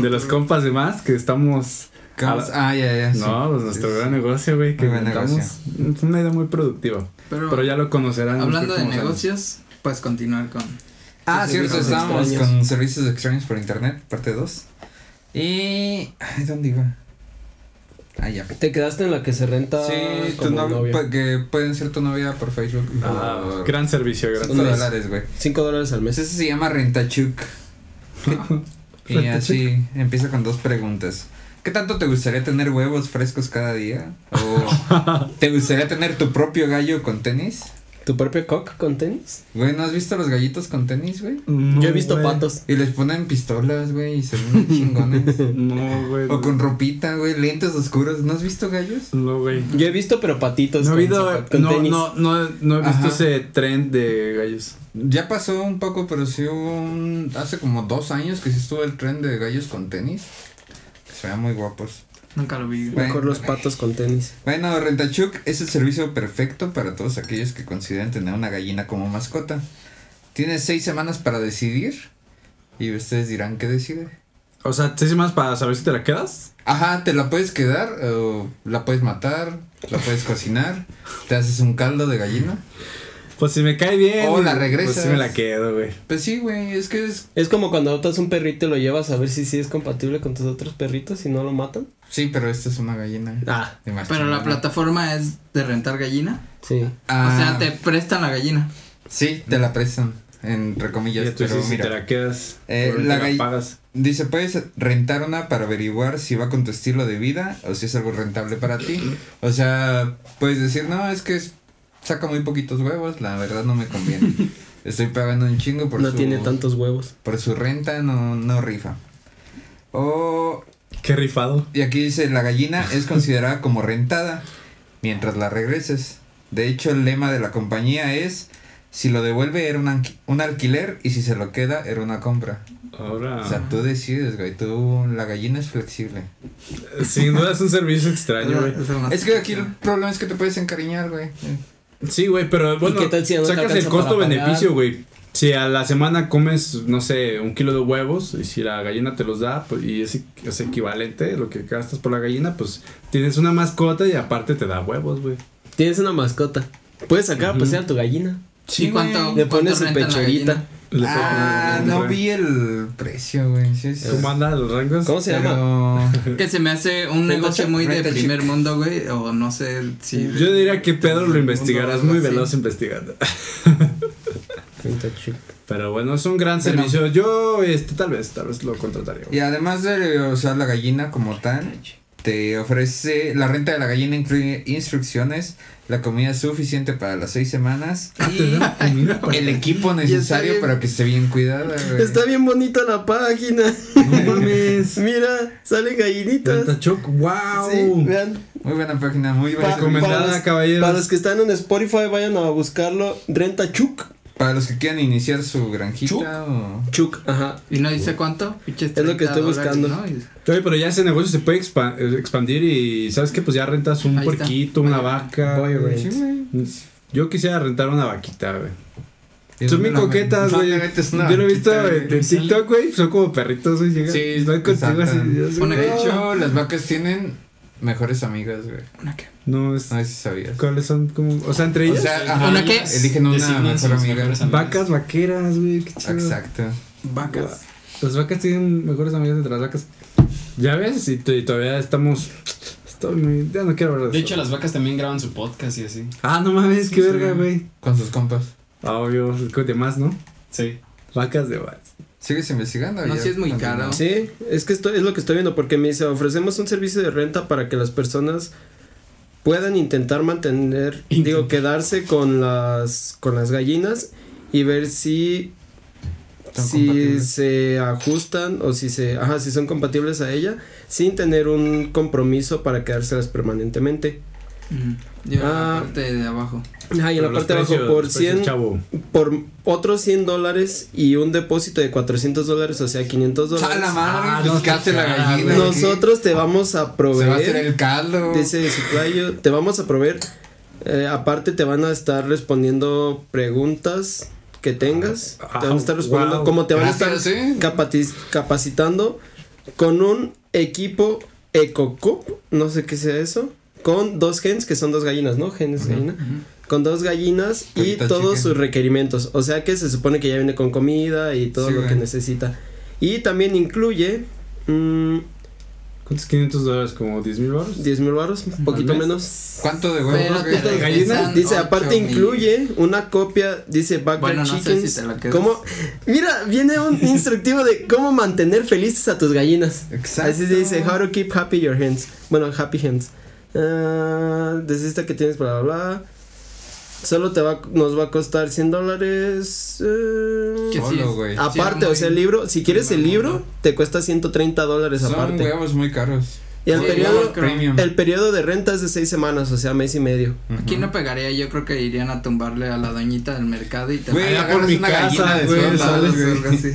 de los compas de más que estamos... Vamos- Ah, ya, ya. sí. No, pues nuestro Sí, gran negocio, güey, que Muy buen inventamos. Es una idea muy productiva. Pero, Pero ya lo conocerán. en los hablando de próximos años. negocios, puedes continuar con. Ah, Sí, cierto, servicios estábamos extraños. con servicios extraños por internet, parte 2. Y. Ay, ¿dónde iba? Ah, ya. Te quedaste en la que se renta. Sí, pues, tu como novia, novia. pa- que pueden ser tu novia por Facebook. Ah, por gran servicio, gran cinco Un mes. dólares, güey. Cinco dólares al mes. Entonces se llama Rentachuk. y así empieza con dos preguntas. ¿Qué tanto te gustaría tener huevos frescos cada día? ¿O te gustaría tener tu propio gallo con tenis? ¿Tu propio cock con tenis? Güey, ¿no has visto los gallitos con tenis, güey? No, Yo he visto güey. patos. Y les ponen pistolas, güey, y se ven chingones. No, güey. O con ropita, güey, lentes oscuros. ¿No has visto gallos? No, güey. Yo he visto, pero patitos. No he, con habido- zapat- con no, tenis. no, no, no he visto Ajá. ese trend de gallos. Ya pasó un poco, pero sí hubo un... Hace como dos años que sí estuvo el tren de gallos con tenis. Que se vean muy guapos. Nunca lo vi. Bueno. Mejor los patos con tenis. Bueno, Rentachuk es el servicio perfecto para todos aquellos que consideran tener una gallina como mascota. Tienes seis semanas para decidir. Y ustedes dirán qué decide. O sea, ¿te más para saber si te la quedas? Ajá, te la puedes quedar, o la puedes matar, la puedes cocinar, te haces un caldo de gallina. Pues si me cae bien. O la Pues regresas. si me la quedo, güey. Pues sí, güey, es que es... Es como cuando adoptas un perrito y lo llevas a ver si sí es compatible con tus otros perritos y no lo matan. Sí, pero esta es una gallina. Ah, de más Pero la chingona. plataforma es de rentar gallina. sí. Ah. O sea, te prestan la gallina. Sí, te la prestan, entre Ya, comillas, tú pero dices si mira, te la quedas. Eh, o te la gall- pagas. dice, puedes rentar una para averiguar si va con tu estilo de vida o si es algo rentable para ti. O sea, puedes decir, no, es que es- saca muy poquitos huevos, la verdad no me conviene. Estoy pagando un chingo por, no su, tiene tantos huevos. por su renta, no, no rifa. O, Qué rifado. y aquí dice, la gallina es considerada como rentada mientras la regreses. De hecho, el lema de la compañía es, si lo devuelve era un, anqui- un alquiler y si se lo queda era una compra. Ahora. O sea, tú decides, güey. Tú, la gallina es flexible. Sin duda es un servicio extraño, güey. Es que aquí el problema es que te puedes encariñar, güey. Sí, güey, pero bueno, qué tal si no te sacas el alcanza para costo-beneficio, pagar? güey. Si a la semana comes, no sé, un kilo de huevos y si la gallina te los da pues, y es, es equivalente lo que gastas por la gallina, pues tienes una mascota y aparte te da huevos, güey. Tienes una mascota. Puedes sacar a pasear a tu gallina. ¿Y cuánto? Le cuánto pones su rentan la pechorita. gallina? Le puedo Ah, poner un no rango. vi el precio, güey. Sí, sí. ¿Tú mandas los rangos? ¿Cómo se llama? Pero... Que se me hace un Renta negocio check, muy de renta check. primer mundo, güey. O no sé si. de- Yo diría que Pedro lo investigarás muy Sí. veloz investigando. Rentachuk. Pero bueno, es un gran Bueno. servicio. Yo, este, tal vez, tal vez lo contrataría. güey. Y además de, o sea, la gallina como tal, te ofrece... La renta de la gallina incluye instrucciones, la comida suficiente para las seis semanas y el equipo necesario bien. para que esté bien cuidada, güey. Está bien bonita la página. No mames. Mira, salen gallinitas. Tantachoc, wow. Sí, vean. Muy buena página, muy buena. Pa- Recomendada, para los- caballeros. Para los que están en Spotify, vayan a buscarlo. Renta Chuk. Para los que quieran iniciar su granjita o... Chuk, ajá. Y no dice cuánto. pinches Es lo 30 que estoy dólares, buscando. ¿no? Y- Oye, pero ya ese negocio se puede expa- eh, expandir y sabes que pues ya rentas un Ahí está. puerquito, una Voy a- vaca. voy a güey. rent. Yo quisiera rentar una vaquita, güey. Son bien No, coquetas, no, güey. no, neta, es una Yo lo he visto vaquita, en güey. en TikTok, güey. Son como perritos, güey. Llegan. Sí, Sí, van contigo así. exacto. y así, Una güey. De hecho, las vacas tienen mejores amigas, güey. ¿Una qué? No, es. No sé si sabías. ¿Cuáles son? Como, o sea, entre O ellas. sea, Ellas ajá, ¿una qué? eligen una designan mejor sus amiga. mejores amigas. Ah, vacas, vaqueras, güey. Qué chido. Exacto. Vacas. Las vacas tienen mejores amigas entre las vacas. Ya ves, y, t- y todavía estamos. Estoy muy- Ya no quiero hablar de, De eso. hecho, las vacas también graban su podcast y así. Ah, no mames, qué verga, güey. Con sus compas. Ah, Obvio, de más, ¿no? Sí. Vacas de más. ¿Sigues investigando? No, Ya, sí es muy continúa. caro. Sí, es que esto es lo que estoy viendo, porque me dice, ofrecemos un servicio de renta para que las personas puedan intentar mantener, digo, quedarse con las, con las gallinas y ver si, Están si compatibles. se ajustan o si se, ajá, si son compatibles a ella, sin tener un compromiso para quedárselas permanentemente. Mm. Yo Ah. la parte de abajo. Ah, y en la Pero los parte de abajo, precios, por los precios, 100, Chavo. por otros 100 dólares y un depósito de 400 dólares, o sea, 500 ¡A la dólares. Ah, madre! no, pues, ¿Qué hace la claro, gallina? güey. Nosotros te vamos a ¿Qué? proveer. Se va a hacer el caldo. Dice Suplayo, te vamos a proveer. eh, aparte te van a estar respondiendo preguntas que tengas. Ah, te van a estar respondiendo wow. como te van a Gracias, estar ¿eh? capati- capacitando con un equipo EcoCup, no sé qué sea eso, con dos gens, que son dos gallinas, ¿no? Genes gallina. Con dos gallinas y Ahorita todos chequen. sus requerimientos. O sea que se supone que ya viene con comida y todo Sí, lo que güey. necesita. Y también incluye mm, ¿Cuántos 500 dólares? ¿Como 10 mil dólares? 10 mil baros, un poquito mes? menos. ¿Cuánto de Pero huevo? te güey? regresan gallinas? Dice, ocho aparte mil. incluye una copia, dice Backyard Bueno, no sé Chickens. si te la quedas. ¿Cómo? Mira, viene un instructivo de cómo mantener felices a tus gallinas. Exacto. Así se dice, how to keep happy your hens. Bueno, happy hens. Ah, desde esta que tienes para bla, bla. Solo te va, nos va a costar 100 dólares. eh, Que sí Solo, es- güey. aparte, sí, o sea, el muy- libro, si quieres el mamón, libro, ¿no? te cuesta 130 dólares Son aparte. huevos muy caros. Y el Sí, periodo, huevos premium. el periodo de renta es de 6 semanas, o sea, mes y medio. Aquí no pegaría, yo creo que irían a tumbarle a la doñita del mercado y te Güey, Allá agarras por mi una casa, gallina de güey, todos lados, sales, güey. algo así.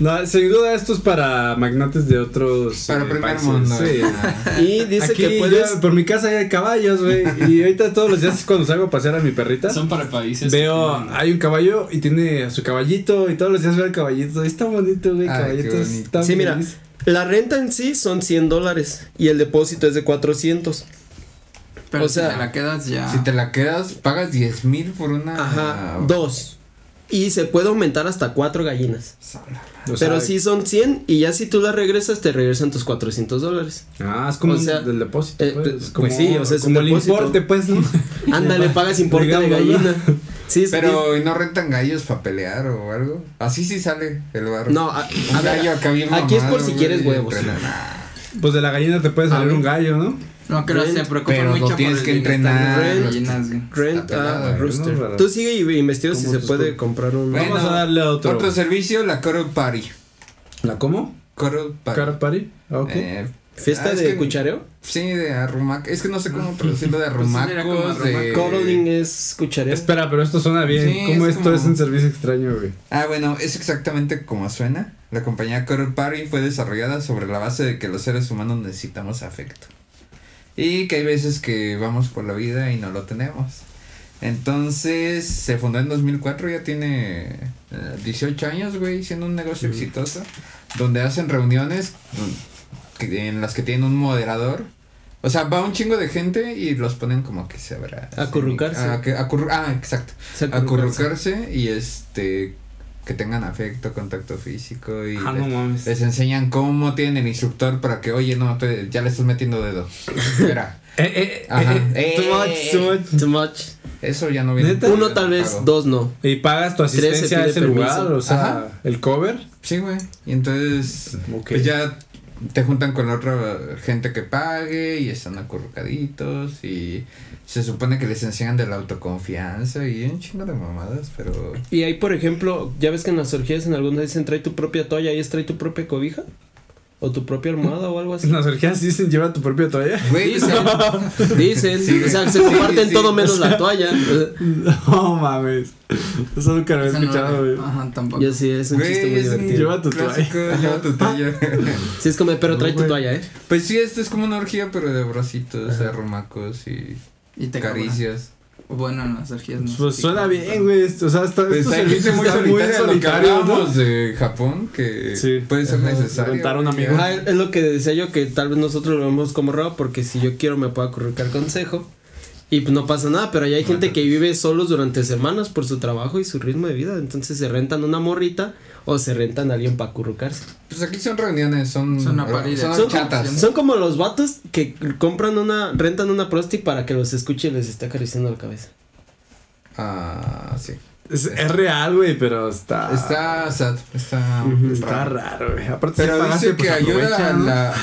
No, sin duda esto es para magnates de otros Para eh, primer países, mundo. eh. sí. ajá. Y dice Aquí que puedes. yo, por mi casa hay caballos, güey. Y ahorita todos los días cuando salgo a pasear a mi perrita, Son para países. veo, que- hay un caballo y tiene a su caballito y todos los días veo al caballito. Y Está bonito, güey, Ay, caballito. qué bonito. Está Sí, mira. feliz. La renta en sí son 100 dólares y el depósito es de 400. Pero O sea, si te la quedas ya. Si te la quedas, pagas 10 mil por una. ah, Ajá, dos. Y se puede aumentar hasta cuatro gallinas. Pues, O Pero sea, sí son 100 y ya si tú las regresas te regresan tus 400 dólares. Ah, es como o sea, del depósito. eh, pues, pues, como, sí, o sea, es un como el depósito. importe, pues, ¿no? Ándale, pagas importe de Digamos, ¿no? gallina. Sí, es- Pero ¿y no rentan gallos para pelear o algo? Así sí sale el barro. No, a- Un a ver, gallo acá bien aquí es mamado, por si güey, quieres huevos. entrenar. Pues de la gallina te puede salir ver. un gallo, ¿no? no, creo que Rent, se preocupan pero lo mucho por tienes el que bienestar entrenar, de lo las gallinas, güey. rent Está pelada, a ¿no? rooster. Para- Tú sigue y investiga si ¿Cómo se tus puede com- comprar un. Bueno. Vamos a darle a otro. Otro. servicio, la Coral Party. ¿La cómo? Coral Party. ¿Cara party? Ah, ok. Eh, ¿Fiesta ah, es de que- cuchareo? Sí, de arrumac. Es que no sé cómo traducirlo de Pues sí, era como arrumacos. de... arrumaco. Cuddling es cuchareo. Espera, pero esto suena bien. Sí, ¿Cómo es esto como- es un servicio extraño, güey? Ah, bueno, es exactamente como suena. La compañía Coral Party fue desarrollada sobre la base de que los seres humanos necesitamos afecto. Y que hay veces que vamos por la vida y no lo tenemos. Entonces, se fundó en 2004, ya tiene eh, 18 años, güey, siendo un negocio exitoso. Donde hacen reuniones mm, que- en las que tienen un moderador. O sea, va un chingo de gente y los ponen como que se habrá. Acurrucarse. Ah, que- acurru- ah, exacto Se acurrucarse. acurrucarse y este que tengan afecto, contacto físico y Ah, les, no mames. les enseñan cómo tienen el instructor para que, oye, no, te- ya le estás metiendo dedo. Espera, Eh, eh, Ajá. eh, Eh, too much, too much. Too much. eso ya no viene. ¿Neta? incluido Uno en tal el vez, pago. dos no. Y pagas tu Tres se asistencia a pide ese permiso. lugar, o sea, Ajá. el cover. Sí, güey. Y entonces, Ok. pues ya te juntan con la otra gente que pague y están acurrucaditos y se supone que les enseñan de la autoconfianza y un chingo de mamadas, pero... Y ahí, por ejemplo, ya ves que en las orgías en algunos dicen trae tu propia toalla y es trae tu propia cobija o tu propia almohada o algo En así. las orgías dicen lleva tu propia toalla. Güey, Dicen, dicen, Sí, o sea, se sí, comparten sí. todo menos la toalla. No mames. Eso nunca lo he Esa no la- eh. escuchado, güey. Ah, Ajá, tampoco. Yo sí, es un güey, chiste muy es un divertido. Lleva tu clásico, Lleva tu toalla. Sí, es como, pero No, trae tu güey. toalla, ¿eh? Pues sí, esto es como una orgía, pero de bracitos, de arrumacos y y te cobran. caricias. Bueno, nostalgia es Pues suena bien, güey. O sea, está, Pues esto se ahí me hizo muy, está muy ahorita lo que solitario, ¿no? hablábamos de Japón, que Sí. puede ser Ajá, necesario. rentar un amigo. Ajá, es lo que decía yo, que tal vez nosotros lo vemos como raro, porque si yo quiero me puedo acurrucar consejo. Y pues no pasa nada, pero ya hay gente que vive solos durante semanas por su trabajo y su ritmo de vida. Entonces se rentan una morrita o se rentan a alguien para acurrucarse. Pues aquí son reuniones, son, Son una parida. son Son- Ah, chatas. Son como los vatos que compran una, rentan una prosti para que los escuche y les está acariciando la cabeza. Ah, sí. Es, es real, güey, pero está. Está sad, está... Ah. Está raro, güey. Aparte, si Pero pagaste, dice que pues, ayuda aprovecha, a ¿no? la...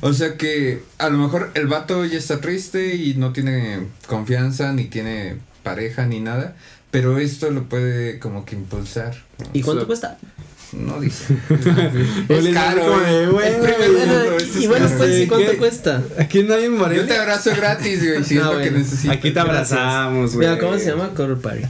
O sea que a lo mejor el vato ya está triste y no tiene confianza, ni tiene pareja, ni nada. Pero esto lo puede como que impulsar. ¿Y cuánto sea, cuesta? No dice. Huele es caro, rico, güey. eh, güey. Es primer Bueno, mundo, Bueno, este y es bueno, caro. pues, ¿qué? ¿cuánto cuesta? Aquí no hay un Yo te abrazo gratis, güey, si es Ah, lo que bueno. necesitas. Aquí te abrazamos, Pues, güey. Mira, ¿cómo se llama? Coral Party.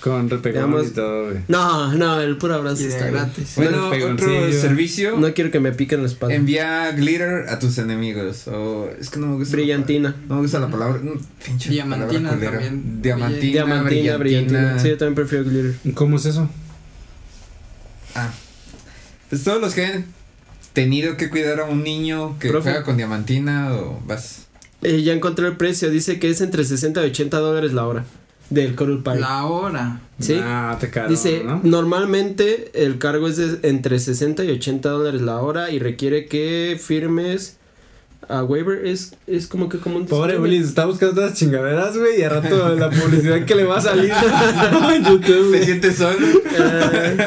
Con repegón Digamos- y todo, güey. No, no, el puro abrazo Y de está bien. gratis. Bueno, Bueno, otro pegoncillo. servicio. No quiero que me piquen la espalda. Envía glitter a tus enemigos. O es que no me gusta. la Brillantina. palabra- No me gusta la palabra. mm, pinche Diamantina palabra culera. también. Diamantina, brillantina. Diamantina, brillantina. Sí, yo también prefiero glitter. ¿Cómo es eso? Ah. Pues todos los que han tenido que cuidar a un niño que Profe. juega con diamantina o vas. Eh, ya encontré el precio, dice que es entre 60 y 80 dólares la hora del Coral Party. La hora. Sí. Ah, te caro, Dice, ¿no? normalmente el cargo es de entre 60 y 80 dólares la hora y requiere que firmes a waiver. Es, es como que como un... Pobre disclaimer. Willis, está buscando otras chingaderas, güey, y al rato la publicidad que le va a salir en YouTube, ¿Te güey. sientes solo? Eh,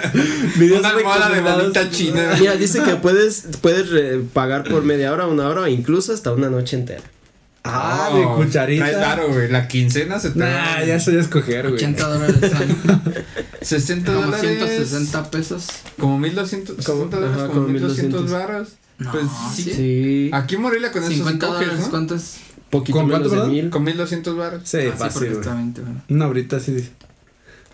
Videos Una almohada de recomendados. bolita china. mira, dice que puedes, puedes eh, pagar por media hora, una hora, o incluso hasta una noche entera. Ah, No, de cucharita. traes varo, güey. La quincena se te Nah, va. ya sé escoger, güey. 80 dólares al- 60 como dólares. 160 pesos. Como 1200. Como- 60 dólares, ajá, como como 1200 1200. varos. No, Pues sí. sí. Sí. Aquí en Morelia con esos 50 coges, dólares, ¿no? ¿cuánto es? Poquito Ah, ¿Con menos cuánto, de perdón? mil. Con 1200 baros. Sí, Ah, sí, porque fácil, está güey. 20 dólares. Una ahorita sí.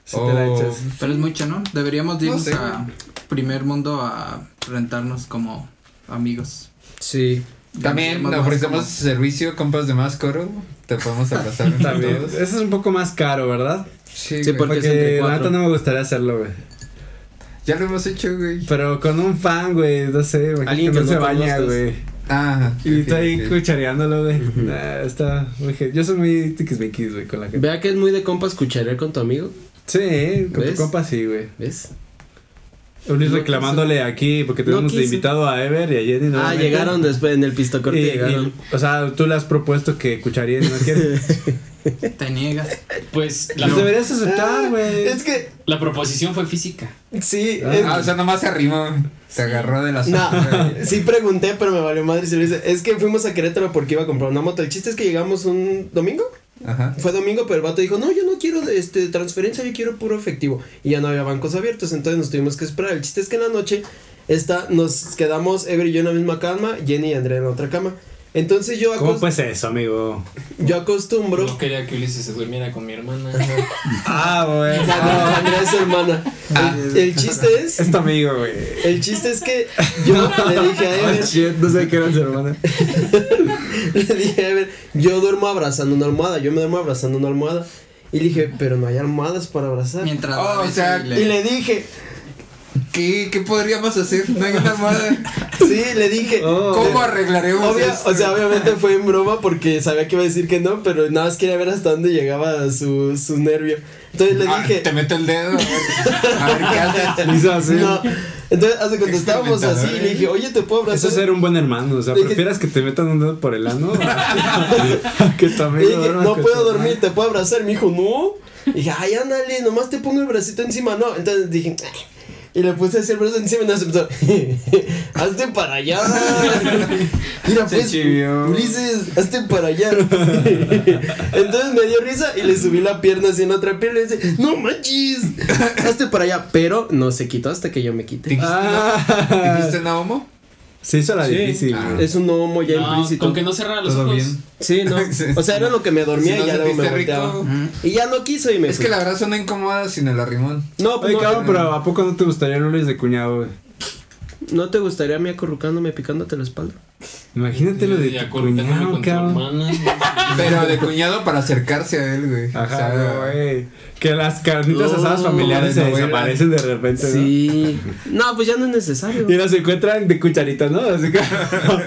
Se te la O- echas. Pero es mucho, ¿no? Deberíamos de No irnos sé. a primer mundo a rentarnos como amigos. Sí. También Más- ofrecemos más- servicio, compas de más coro. Te podemos abrazar entre También. todos. Ese es un poco más caro, ¿verdad? Sí, Sí, güey. porque- es Porque entre la neta cuatro. no me gustaría hacerlo, güey. Ya lo hemos hecho, güey. Pero con un fan, güey, no sé, güey. Alguien que que no no se baña, conozcas. güey. Ah, Y está ok, ahí ok. cuchareándolo, güey. Nah, está. muy gen- Yo soy muy tiquismiquis, güey, con la gente. Vea que es muy de compas cucharear con tu amigo, Sí, eh, con tu ¿Ves? compa sí, güey. ¿ves? Ulises No pues, reclamándole aquí porque No tenemos de quise. invitado a Ever y a Jenny. Ah, nuevamente. llegaron después en el pistocorte, Y- y- llegaron. o sea, tú le has propuesto que cucharíen, ¿no quieres? Te niegas. Pues la, Los deberías aceptar, güey. Ah, que, la proposición fue física. sí, Ah, es- Ah, o sea, nomás se arrimó. Se agarró de la No, sombra. sí pregunté, pero me valió madre si lo hice. Es que fuimos a Querétaro porque iba a comprar una moto. El chiste es que llegamos un domingo. Ajá. Fue domingo, pero el vato dijo, no, yo no quiero este, transferencia, yo quiero puro efectivo. Y ya no había bancos abiertos, entonces nos tuvimos que esperar. El chiste es que en la noche esta, nos quedamos, Ever y yo en la misma cama, Jenny y Andrea en la otra cama. Entonces yo, ¿Cómo acos- pues eso, amigo? yo acostumbro... No quería que Ulises se durmiera con mi hermana. Ah, güey. Ah, no, Andrea es su hermana. Ah. El, el chiste es... Es tu amigo, güey. El chiste es que yo le dije a Oh, Ever, shit, no sé qué era su hermana. Le dije, a ver, yo duermo abrazando una almohada, yo me duermo abrazando una almohada. Y le dije, pero no hay almohadas para abrazar. Mientras. Oh, la o ves sea, y Y le- le dije, ¿Qué, ¿Qué podríamos hacer? No hay una almohada. sí, le dije. Oh. ¿Cómo arreglaremos Obvia- esto? o sea, obviamente fue en broma porque sabía que iba a decir que no, pero nada más quería ver hasta dónde llegaba su, su nervio. Entonces le Ah, dije, te meto el dedo. A ver, a ver qué haces. Le hizo así. no. Entonces, hace cuando estábamos así, Experimentador, le dije, ¿eh? oye, ¿te puedo Eso abrazar? es ser un buen hermano, o sea, Dije- prefieres que te metan un dedo por el ano a- que tu Le amigo dije, duerma no con puedo tu- dormir, ¿te puedo abrazar? Me dijo, no. Y dije, ay, ándale, nomás te pongo el bracito encima, no. Entonces dije, "Ay". y le puse así el brazo encima y no se empezó, hazte para allá. Mira, Se pues, chivió. Ulises, hazte para allá. Entonces me dio risa y le subí la pierna así en otra pierna y dice, no manches, hazte para allá. Pero no se quitó hasta que yo me quite. ¿Dijiste, no? Ah, ¿Dijiste no homo? se hizo la Sí. difícil. Ah. güey. Es un homo ya No, implícito. con que no cerrara los Todo ojos. bien. Sí, no. O sea, era lo que me dormía Si no y ya luego me sentiste volteaba. rico. Ujú. Y ya no quiso y me Es fui. que la verdad suena incómoda sin el arrimón. No, pues Oye, no, cabrón, pero ¿a poco no te gustaría Lulis de cuñado, güey? ¿No te gustaría a mí acurrucándome, picándote la espalda? Imagínate lo de Y tu acordándome cuñado, con tu cabrón. hermana. Pero de cuñado para acercarse a él, güey. O sea, Ajá, güey. Que las carnitas No, asadas familiares de se novela. desaparecen de repente, ¿no? Sí. No, pues ya no es necesario. Y las encuentran de cucharitas, ¿no? Así que-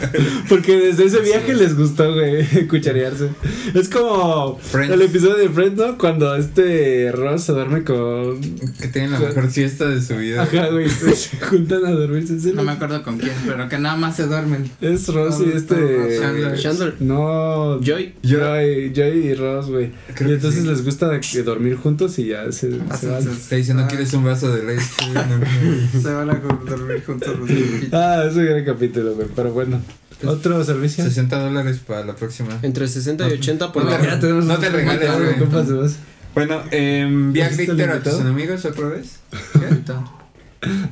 porque desde ese viaje les gustó, güey, cucharearse. Es como Friends. el episodio de Friends, ¿no? Cuando este Ross se duerme con. que tienen la mejor fiesta de su vida. Ajá, güey. Se juntan a dormirse. ¿sí? No me acuerdo con quién, pero que nada más se duermen. Es Ross y Chandler. este. Chandler. No. Joy. Joy, Joy y Ross, güey. Creo Y que entonces sí. Ah, les gusta de- de dormir juntos y ya se, se van. Te dice, Ah. no quieres un vaso de leche. No, no. Se van a dormir juntos los niños. Ah, es un gran capítulo, güey. Pero bueno. Pues, Otro servicio. 60 dólares para la próxima. Entre 60 y pues, 80 por No, hora. ya tenemos No te otro regales, invitado, güey. Compas de voz. Bueno, em, vi a ¿Existe este el Glitter a invitado? tus enemigos otra vez.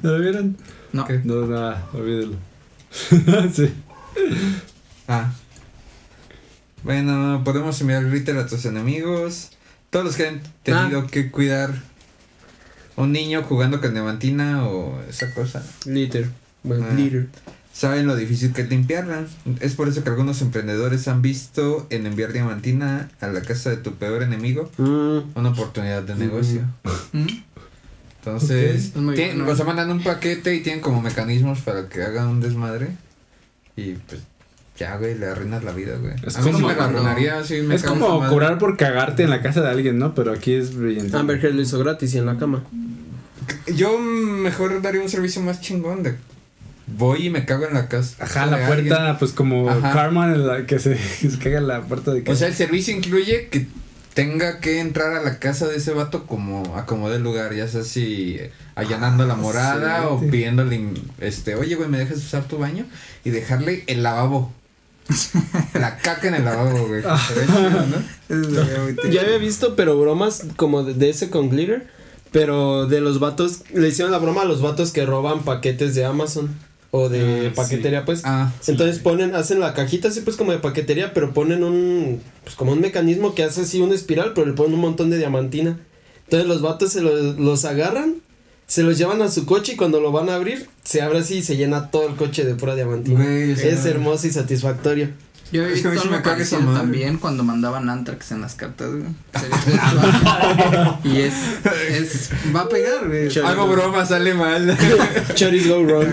¿No lo vieron? No. ¿Qué? No, nada, olvídelo. sí. Ah. Bueno, podemos enviar Glitter a tus enemigos. Todos los que han tenido que cuidar a un niño jugando con diamantina o esa cosa. Glitter. Bueno, Ah. glitter. Saben lo difícil que es limpiarla. Es por eso que algunos emprendedores han visto en enviar diamantina a la casa de tu peor enemigo Mm, una oportunidad de negocio. ¿Mm? Entonces, Ok, es muy tienen- bueno. o sea, mandan un paquete y tienen como mecanismos para que hagan un desmadre. Y pues, ya, güey, le arruinas la vida, güey. Es a mí sí como me la cuando- arruinaría, sí, me es cago en como su madre. cobrar por cagarte en la casa de alguien, ¿no? Pero aquí es brillante. Amber Heard lo hizo gratis y en la cama. Yo mejor daría un servicio más chingón de. Voy y me cago en la casa. Ajá, la de puerta, alguien. pues como Ajá. Carmen en la que se, que se caga en la puerta de O casa. sea, el servicio incluye que tenga que entrar a la casa de ese vato como acomode el lugar, ya sea si allanando la morada o pidiéndole, in- este, oye, güey, ¿me dejas usar tu baño? Y dejarle el lavabo. la caca en el lavabo, güey. Se ve chido, ¿no? Ya había visto, pero bromas como de, de ese con glitter. Pero de los vatos, le hicieron la broma a los vatos que roban paquetes de Amazon o de Ah, sí. paquetería, pues. Ah, Entonces ponen, hacen la cajita así pues como de paquetería, pero ponen un, pues como un mecanismo que hace así una espiral, pero le ponen un montón de diamantina. Entonces los vatos se lo- los agarran, se los llevan a su coche y cuando lo van a abrir, se abre así y se llena todo el coche de pura diamantina. Güey, o sea, es hermoso y satisfactorio. Yo he Es visto que a mí sí algo me caga esa parecido madre. también cuando mandaban Antrax en las cartas, güey. Sería- y es, es. Va a pegar, güey. Chale. Hago broma, sale mal. Choris go wrong.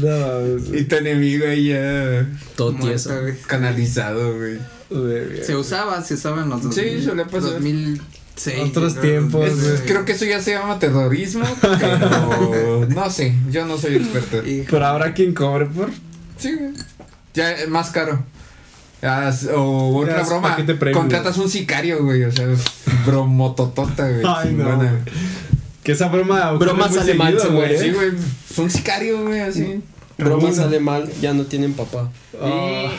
No, es- y tu enemigo ahí ya Todo Muerta, tieso. güey. canalizado, güey. güey, Se usaba, se usaba en los Sí, 2000, solía pasar. 2006. Otros yo creo, tiempos, Es- 2006. creo que eso ya se llama terrorismo, pero no sé, yo no soy experto. Y- Pero habrá quien cobre por. Sí, güey. Ya eh, más caro. Ah, s- o Ya otra es broma. paquete premium. Contratas un sicario, güey. O sea, bromototota, güey. Ay, no, chingona. güey. Que esa broma. ocurre Bromas muy sale mal, seguido, ¿eh? se muere. Sí, güey. Es un sicario, güey, así. Broma Alguna. sale mal, ya no tienen papá. Ah.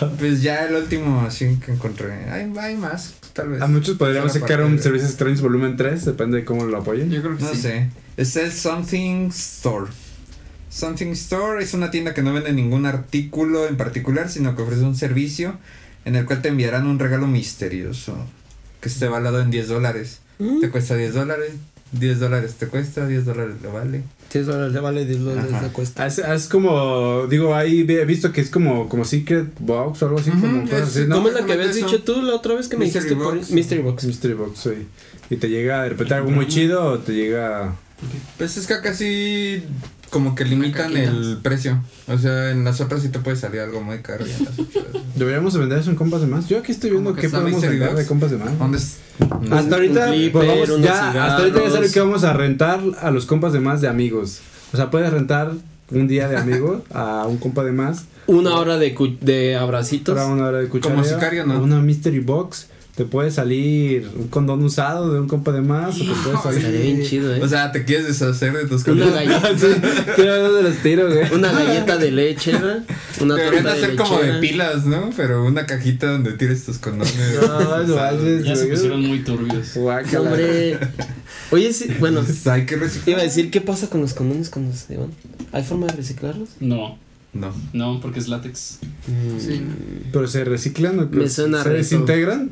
Y pues ya el último así que encontré. Hay, hay más, tal vez. A muchos podríamos Otra sacar parte, un güey. Services Strange volumen 3, depende de cómo lo apoyen. Yo creo que No sí. sé. Es el Something Store. Something Store es una tienda que no vende ningún artículo en particular, sino que ofrece un servicio en el cual te enviarán un regalo misterioso que esté valado en 10 dólares. Te cuesta 10 dólares, 10 dólares te cuesta, 10 dólares lo vale. Tienes dólares le vale 10 dólares Ajá. Ah, la cuesta. Es, es como, digo, ahí he visto que es como, como Secret Box o algo así, como Ujú, cosas es- así, ¿no? ¿Cómo es la que habías Eso. dicho tú la otra vez que me Mystery dijiste por Box. ahí? Mystery Box? Mystery Box, sí. Y te llega de repente algo muy chido o te llega. Pues es que acá sí como que limitan cajita. el precio. O sea, en las otras sí te puede salir algo muy caro. y en las otras- Deberíamos vender eso en compas de más. Yo aquí estoy viendo Como que qué está podemos Mystery vender de Box. compas de más. ¿Dónde es? No. Hasta ahorita, Un clipper, pues, vamos- unos ya, hasta ahorita ya sabes cigarros. que vamos a rentar a los compas de más de amigos. O sea, puedes rentar un día de amigo a un compa de más. Una hora de, cu- de abracitos. Para una hora de cuchareo, Como sicario, ¿no? Una mystery box. Te puede salir un condón usado de un compa de más. O te puede Estaría bien salir. chido, eh. O sea, te quieres deshacer de tus una, cosas. galleta, Sí, te vas de los tiros, eh. güey. una galleta de leche, ¿verdad? Una Deberían torta de hacer lechera. como de pilas, ¿no? Pero una cajita donde tires tus condones. No, no manches, Ya se güey. pusieron muy turbios. No, Guácala. hombre. Oye, sí, bueno, Pues Hay que reciclar. iba a decir, ¿qué pasa con los condones cuando se van? ¿Hay forma de reciclarlos? No. No. No, porque es látex. Mm. Sí, ¿no? Pero se reciclan o qué? Me suena se reto. desintegran.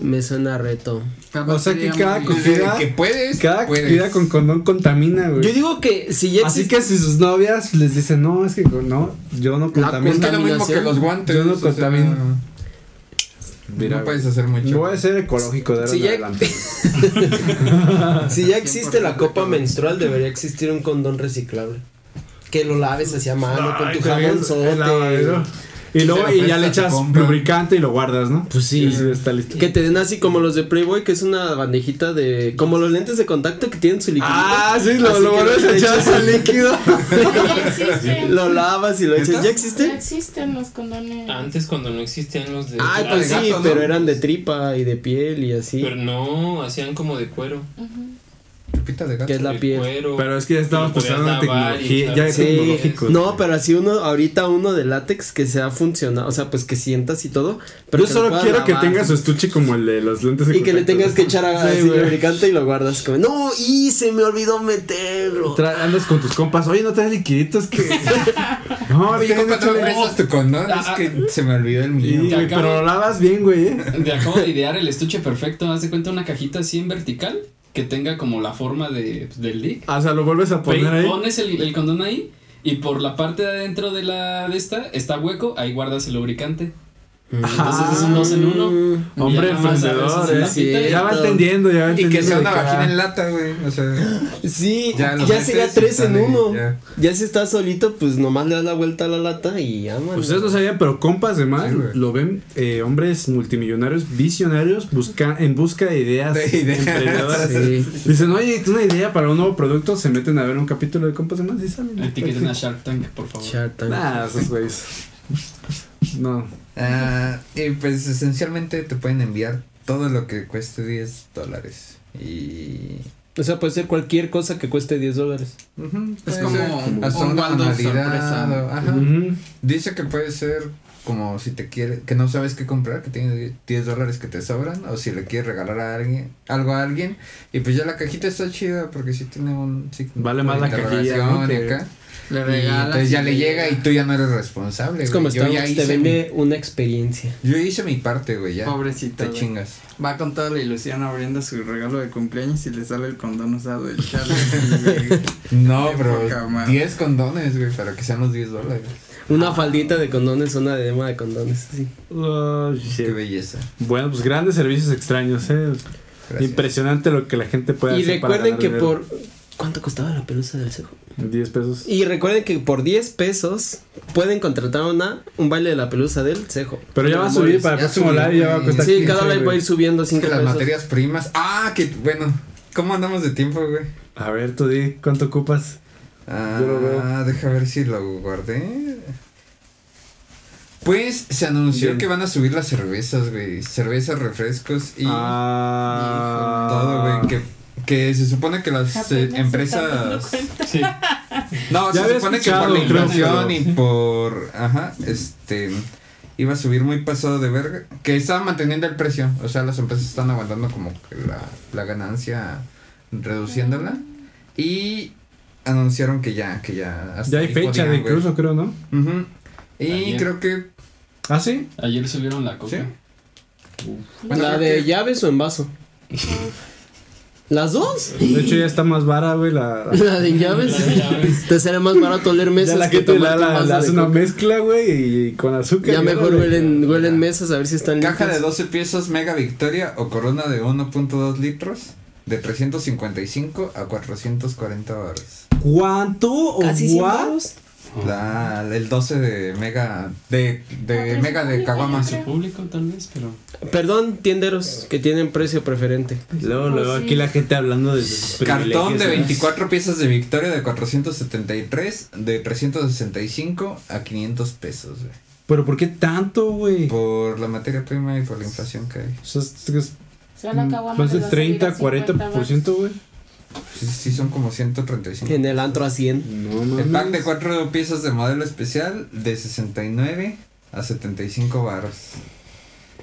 Me suena reto. O sea que cada Muy- cogida- Desde que puedes, Cada puedes. comida con condón contamina, güey. Yo digo que si ya Así existe- que si sus novias les dicen, no, es que con- no, yo no La Es que es contamino. lo mismo que los guantes. Yo no o sea, contamino. no- Mira, no puedes hacer mucho. Yo voy a ser ecológico de ahora Sí, en ya- adelante. Si ya existe la 100% copa de menstrual, debería existir un condón reciclable. Que lo laves hacia mano con tu jabón El lavadero. Y luego Se lo y ya le prestas, echas compra. lubricante y lo guardas, ¿no? Pues sí. Y así está listo. Que te den así como los de Playboy, que es una bandejita de. Como los lentes de contacto que tienen su líquido. Ah, sí, lo, Así lo que vuelves le a echar echas- ese líquido. existen. Lo lavas y lo echas. ¿Neta? ¿Ya Ya existe? existen los condones. Ah, Antes cuando no existían los de... Ay, pues de sí, gato, ¿no? pero eran de tripa y de piel y así. Pero no, hacían como de cuero. Ujú. Chupita de gato. Que es la de piel. cuero. Pero es que ya estamos Lo podías pasando la lavar y tecnología, tal. ya es Sí. tecnológico. No, pero así uno, ahorita uno de látex que sea funcional, o sea, pues que sientas y todo. Pero Yo que lo solo puedas quiero que lavar. tenga su estuche como el de los lentes de Y que le contacto. tengas que echar a Sí, así güey. lubricante y lo guardas como, no, y se me olvidó meterlo. Tra- andas con tus compas, oye, no traes liquiditos que. no, Oye, ten, compa, ¿no échale. regresas tu condón? Ah, Es ah. que se me olvidó el mío. Y, güey, pero lo lavas bien, güey. ¿eh? De acabo de idear el estuche perfecto. Haz de cuenta una cajita así en vertical que tenga como la forma de, del dick. O sea, lo vuelves a poner Pe- ahí. Pones el, el condón ahí y por la parte de adentro de la de esta está hueco, ahí guardas el lubricante. Entonces es un dos en uno. Hombre Ya nada más emprendedor, abres ¿eh? la tapita Sí. Ya va Cierto. entendiendo, ya va Y entendiendo. que de sea ah, una cada- vagina en lata, güey. O sea, Sí, Ya ya, lo metes sería y tres en sale, uno. Ya. ya. si estás solito, pues nomás le das la vuelta a la lata y Pues ya, man. Pues Ustedes no sabían, pero compas de más Sí, güey. lo ven eh, hombres multimillonarios, visionarios, busca, en busca de ideas. De ideas. emprendedoras. Dicen, oye, ¿tú una idea para un nuevo producto? Se meten a ver un capítulo de compas de más y salen. Etiqueten a Shark Tank, por favor. Shark Tank. Nah, esos güeyes. No. ah, y pues esencialmente te pueden enviar todo lo que cueste 10 dólares. Y. O sea, puede ser cualquier cosa que cueste 10 dólares. Ujú, Es puede como ser un- hasta un una Waldo manualidad, sorpresa. o- ajá. Ujú. Dice que puede ser como si te quiere, que no sabes qué comprar, que tienes 10 dólares que te sobran, o si le quieres regalar a alguien, algo a alguien, y pues ya la cajita está chida porque sí tiene un signo. Vale más de la cajilla, interrogación ¿no? y que- acá. Le Y regalas. entonces ya y le llega y tú ya no eres responsable, Es güey. como yo ya Starbucks, te hice mi, vende una experiencia. yo hice mi parte, güey, ya. Pobrecito. te güey. chingas. Va con toda la ilusión abriendo su regalo de cumpleaños y le sale el condón usado del chale. No, Qué poca bro. madre. 10 condones, güey, para que sean los 10 dólares. Ah. Una faldita de condones, una de dema de condones, así. Oh, shit. Qué belleza. Bueno, pues grandes servicios extraños, ¿eh? Gracias. Impresionante lo que la gente puede Y hacer. para recuerden ganar que dinero. por... ¿Cuánto costaba la pelusa del cejo? 10 pesos. Y recuerden que por 10 pesos pueden contratar una, un baile de la pelusa del cejo. Pero ya va a subir para el Ya próximo subió, live, ya va a güey. costar Sí, 15, cada live güey. va a ir subiendo 5 Es que las pesos. materias primas. Ah, que bueno. ¿Cómo andamos de tiempo, güey? A ver, tú di, ¿cuánto ocupas? Ah, Yo lo veo. deja ver si lo guardé. Pues se anunció Bien. que van a subir las cervezas, güey. Cervezas, refrescos y Ah, todo, güey. Que, que se supone que las eh, Apenas se están dando empresas. cuenta. Sí. No, Ya se había supone que escuchado, por la creo, inflación y pero- por. Ajá, este. Iba a subir muy pasado de verga. Que estaba manteniendo el precio. O sea, las empresas están aguantando como que la, la ganancia, reduciéndola. Y anunciaron que ya, que ya. hasta Ya hay ahí fecha podían, de güey. incluso, creo, ¿no? Ujú. Y Ayer. creo que. Ah, sí. Ayer subieron la coca. Bueno, ¿La creo de que- llaves o en vaso? ¿Las dos? De hecho, ya está más vara, güey. La, La de llaves. La de llaves. Te será más barato oler ya mesas la que gente le tomar da la, un le vaso hace de una coca. mezcla, güey, y con azúcar. Ya y mejor órale. huelen, huelen mesas a ver si están Caja de limpias. 12 piezas, mega victoria o corona de 1.2 litros. De 355 a 440 dólares. ¿Cuánto o Casi cien what? varos. La, el 12 de Mega. De, de Ah, Mega de pero Caguama. sí, Su público tal vez, pero... Perdón, tienderos que tienen precio preferente. Luego, luego, Pues sí. aquí la gente hablando de sus Cartón privilegios, de ¿no? 24 piezas de Victoria de 473, de 365 a 500 pesos, güey. Pero ¿por qué tanto, güey? Por la materia prima y por la inflación que hay. O sea, es- es O sea, la caguama más te de va a salir a 30, 40%, güey. Sí, sí son como 135. En el antro a 100. No El pack de mames. 4 piezas de modelo especial de 69 a 75 baros.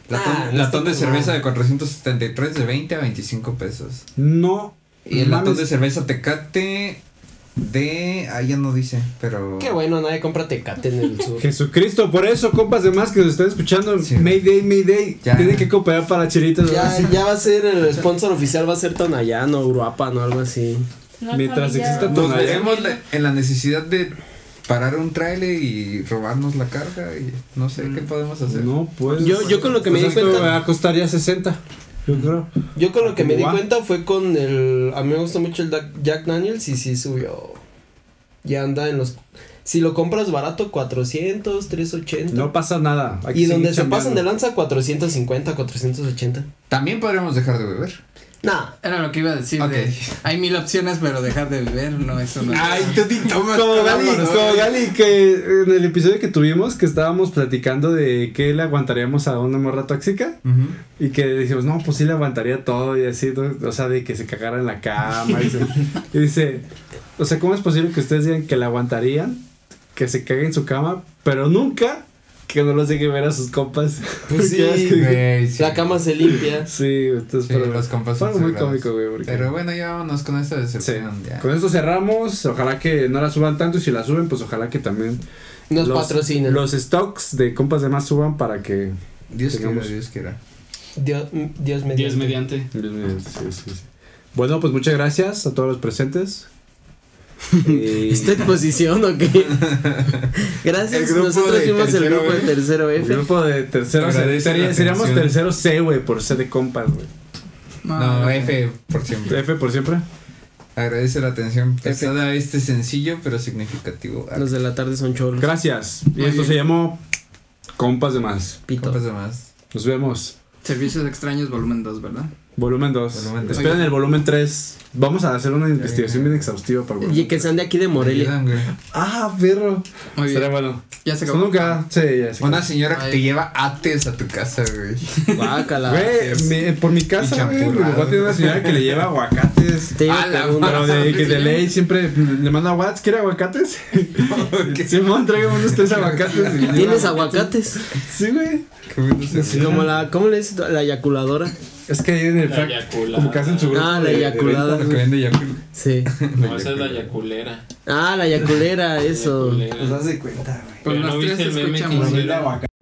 Latón, Ah, no latón está de tan cerveza mal. de 473 de 20 a 25 pesos. No. Y el latón mames. de cerveza Tecate de. Ah, ya no dice, pero. Qué bueno, nadie compra tecate en el sur. Jesucristo, por eso, compas de más que nos están escuchando, Sí. Mayday, Mayday, Ya. tienen que cooperar para chelitas. Ya, ¿verdad? ya va a ser el sponsor oficial, va a ser Tonayán o Uruapan o algo así. No, Mientras Camilla. exista Nos Tonayán. veremos la- en la necesidad de parar un trailer y robarnos la carga y no sé qué podemos hacer. Mm, No, pues. Yo- yo con lo que Pues me di esto cuenta- va a costar ya 60. Yo creo. Yo con lo que me di Guau. cuenta fue con el. A mí me gustó mucho el Da- Jack Daniels y sí subió. Ya anda en los. Si lo compras barato, 400, 380. No pasa nada. hay que y seguir donde se chambeando. pasan de lanza, 450, 480. También podríamos dejar de beber. Nah. Era lo que iba a decir Ok. de, hay mil opciones, pero dejar de beber no es una. Ay, Tony, toma. Como Gali, como Gali, que en el episodio que tuvimos, que estábamos platicando de que le aguantaríamos a una morra tóxica y que decimos, no, pues sí le aguantaría todo y así, ¿no? o sea, de que se cagara en la cama. Y, se- y dice, o sea, ¿cómo es posible que ustedes digan que la aguantarían, que se cague en su cama, pero nunca que no los deje ver a sus compas? Pues sí, Qué asco. La cama se limpia. Sí, entonces, Sí, pero los compas fue son muy sagrados. cómico, güey. porque- Pero bueno, ya vámonos con esta Sí. decepción. ya. Con esto cerramos. Ojalá que no la suban tanto. Y si la suben, pues ojalá que también Nos los, patrocinan. los stocks de compas de más suban para que. Dios quiera, Tengamos- Dios quiera. Dios, Dios me Dios mediante. Sí, sí, sí. Bueno, pues muchas gracias a todos los presentes. Eh, Y- Este ¿Esta exposición o qué? El Gracias, grupo nosotros de fuimos el tercero grupo de F. tercero el F. grupo de terceros. Agradece sería- la seríamos atención. tercero C, güey, por ser de compas, güey. No, F por siempre. F por siempre. Agradece la atención prestada a este sencillo pero significativo. Los de la tarde son cholos. Gracias. Y esto se llamó Compas de más. Pito. Compas de más. Nos vemos. Servicios extraños, volumen 2, ¿verdad? Volumen 2. Volumen dos. Esperen el volumen 3. Vamos a hacer una investigación bien exhaustiva para el Y volumen que sean de aquí de Morelia. Ayudan, güey. Ah, perro. Muy bien. Será bueno. Ya se Eso acabó. Pues nunca. Sí, ya se Una acabó. señora que Ay. te lleva ates a tu casa, güey. Guácala. Güey, me- por mi casa, güey, mi champurrado. papá tiene una señora que le lleva aguacates. Te iba A a la preguntar. Pero de, que de ley siempre le manda WhatsApp, ¿quiere aguacates? Simón, tráigame unos tres aguacates. y ¿Tienes lleva- aguacates? Sí, güey. Qué bueno se ve. Como la, ¿cómo le dices? La eyaculadora. Es que ahí en el La frac, yaculada. como que hacen su grupo Ah, la de- de yaculada. Lo que vende Yakul. Sí. No, esa es la yaculera. Ah, la eyaculera, eso. Yaculera. Pues Pero las no Pues tres viste el meme que escuchamos. hicieron.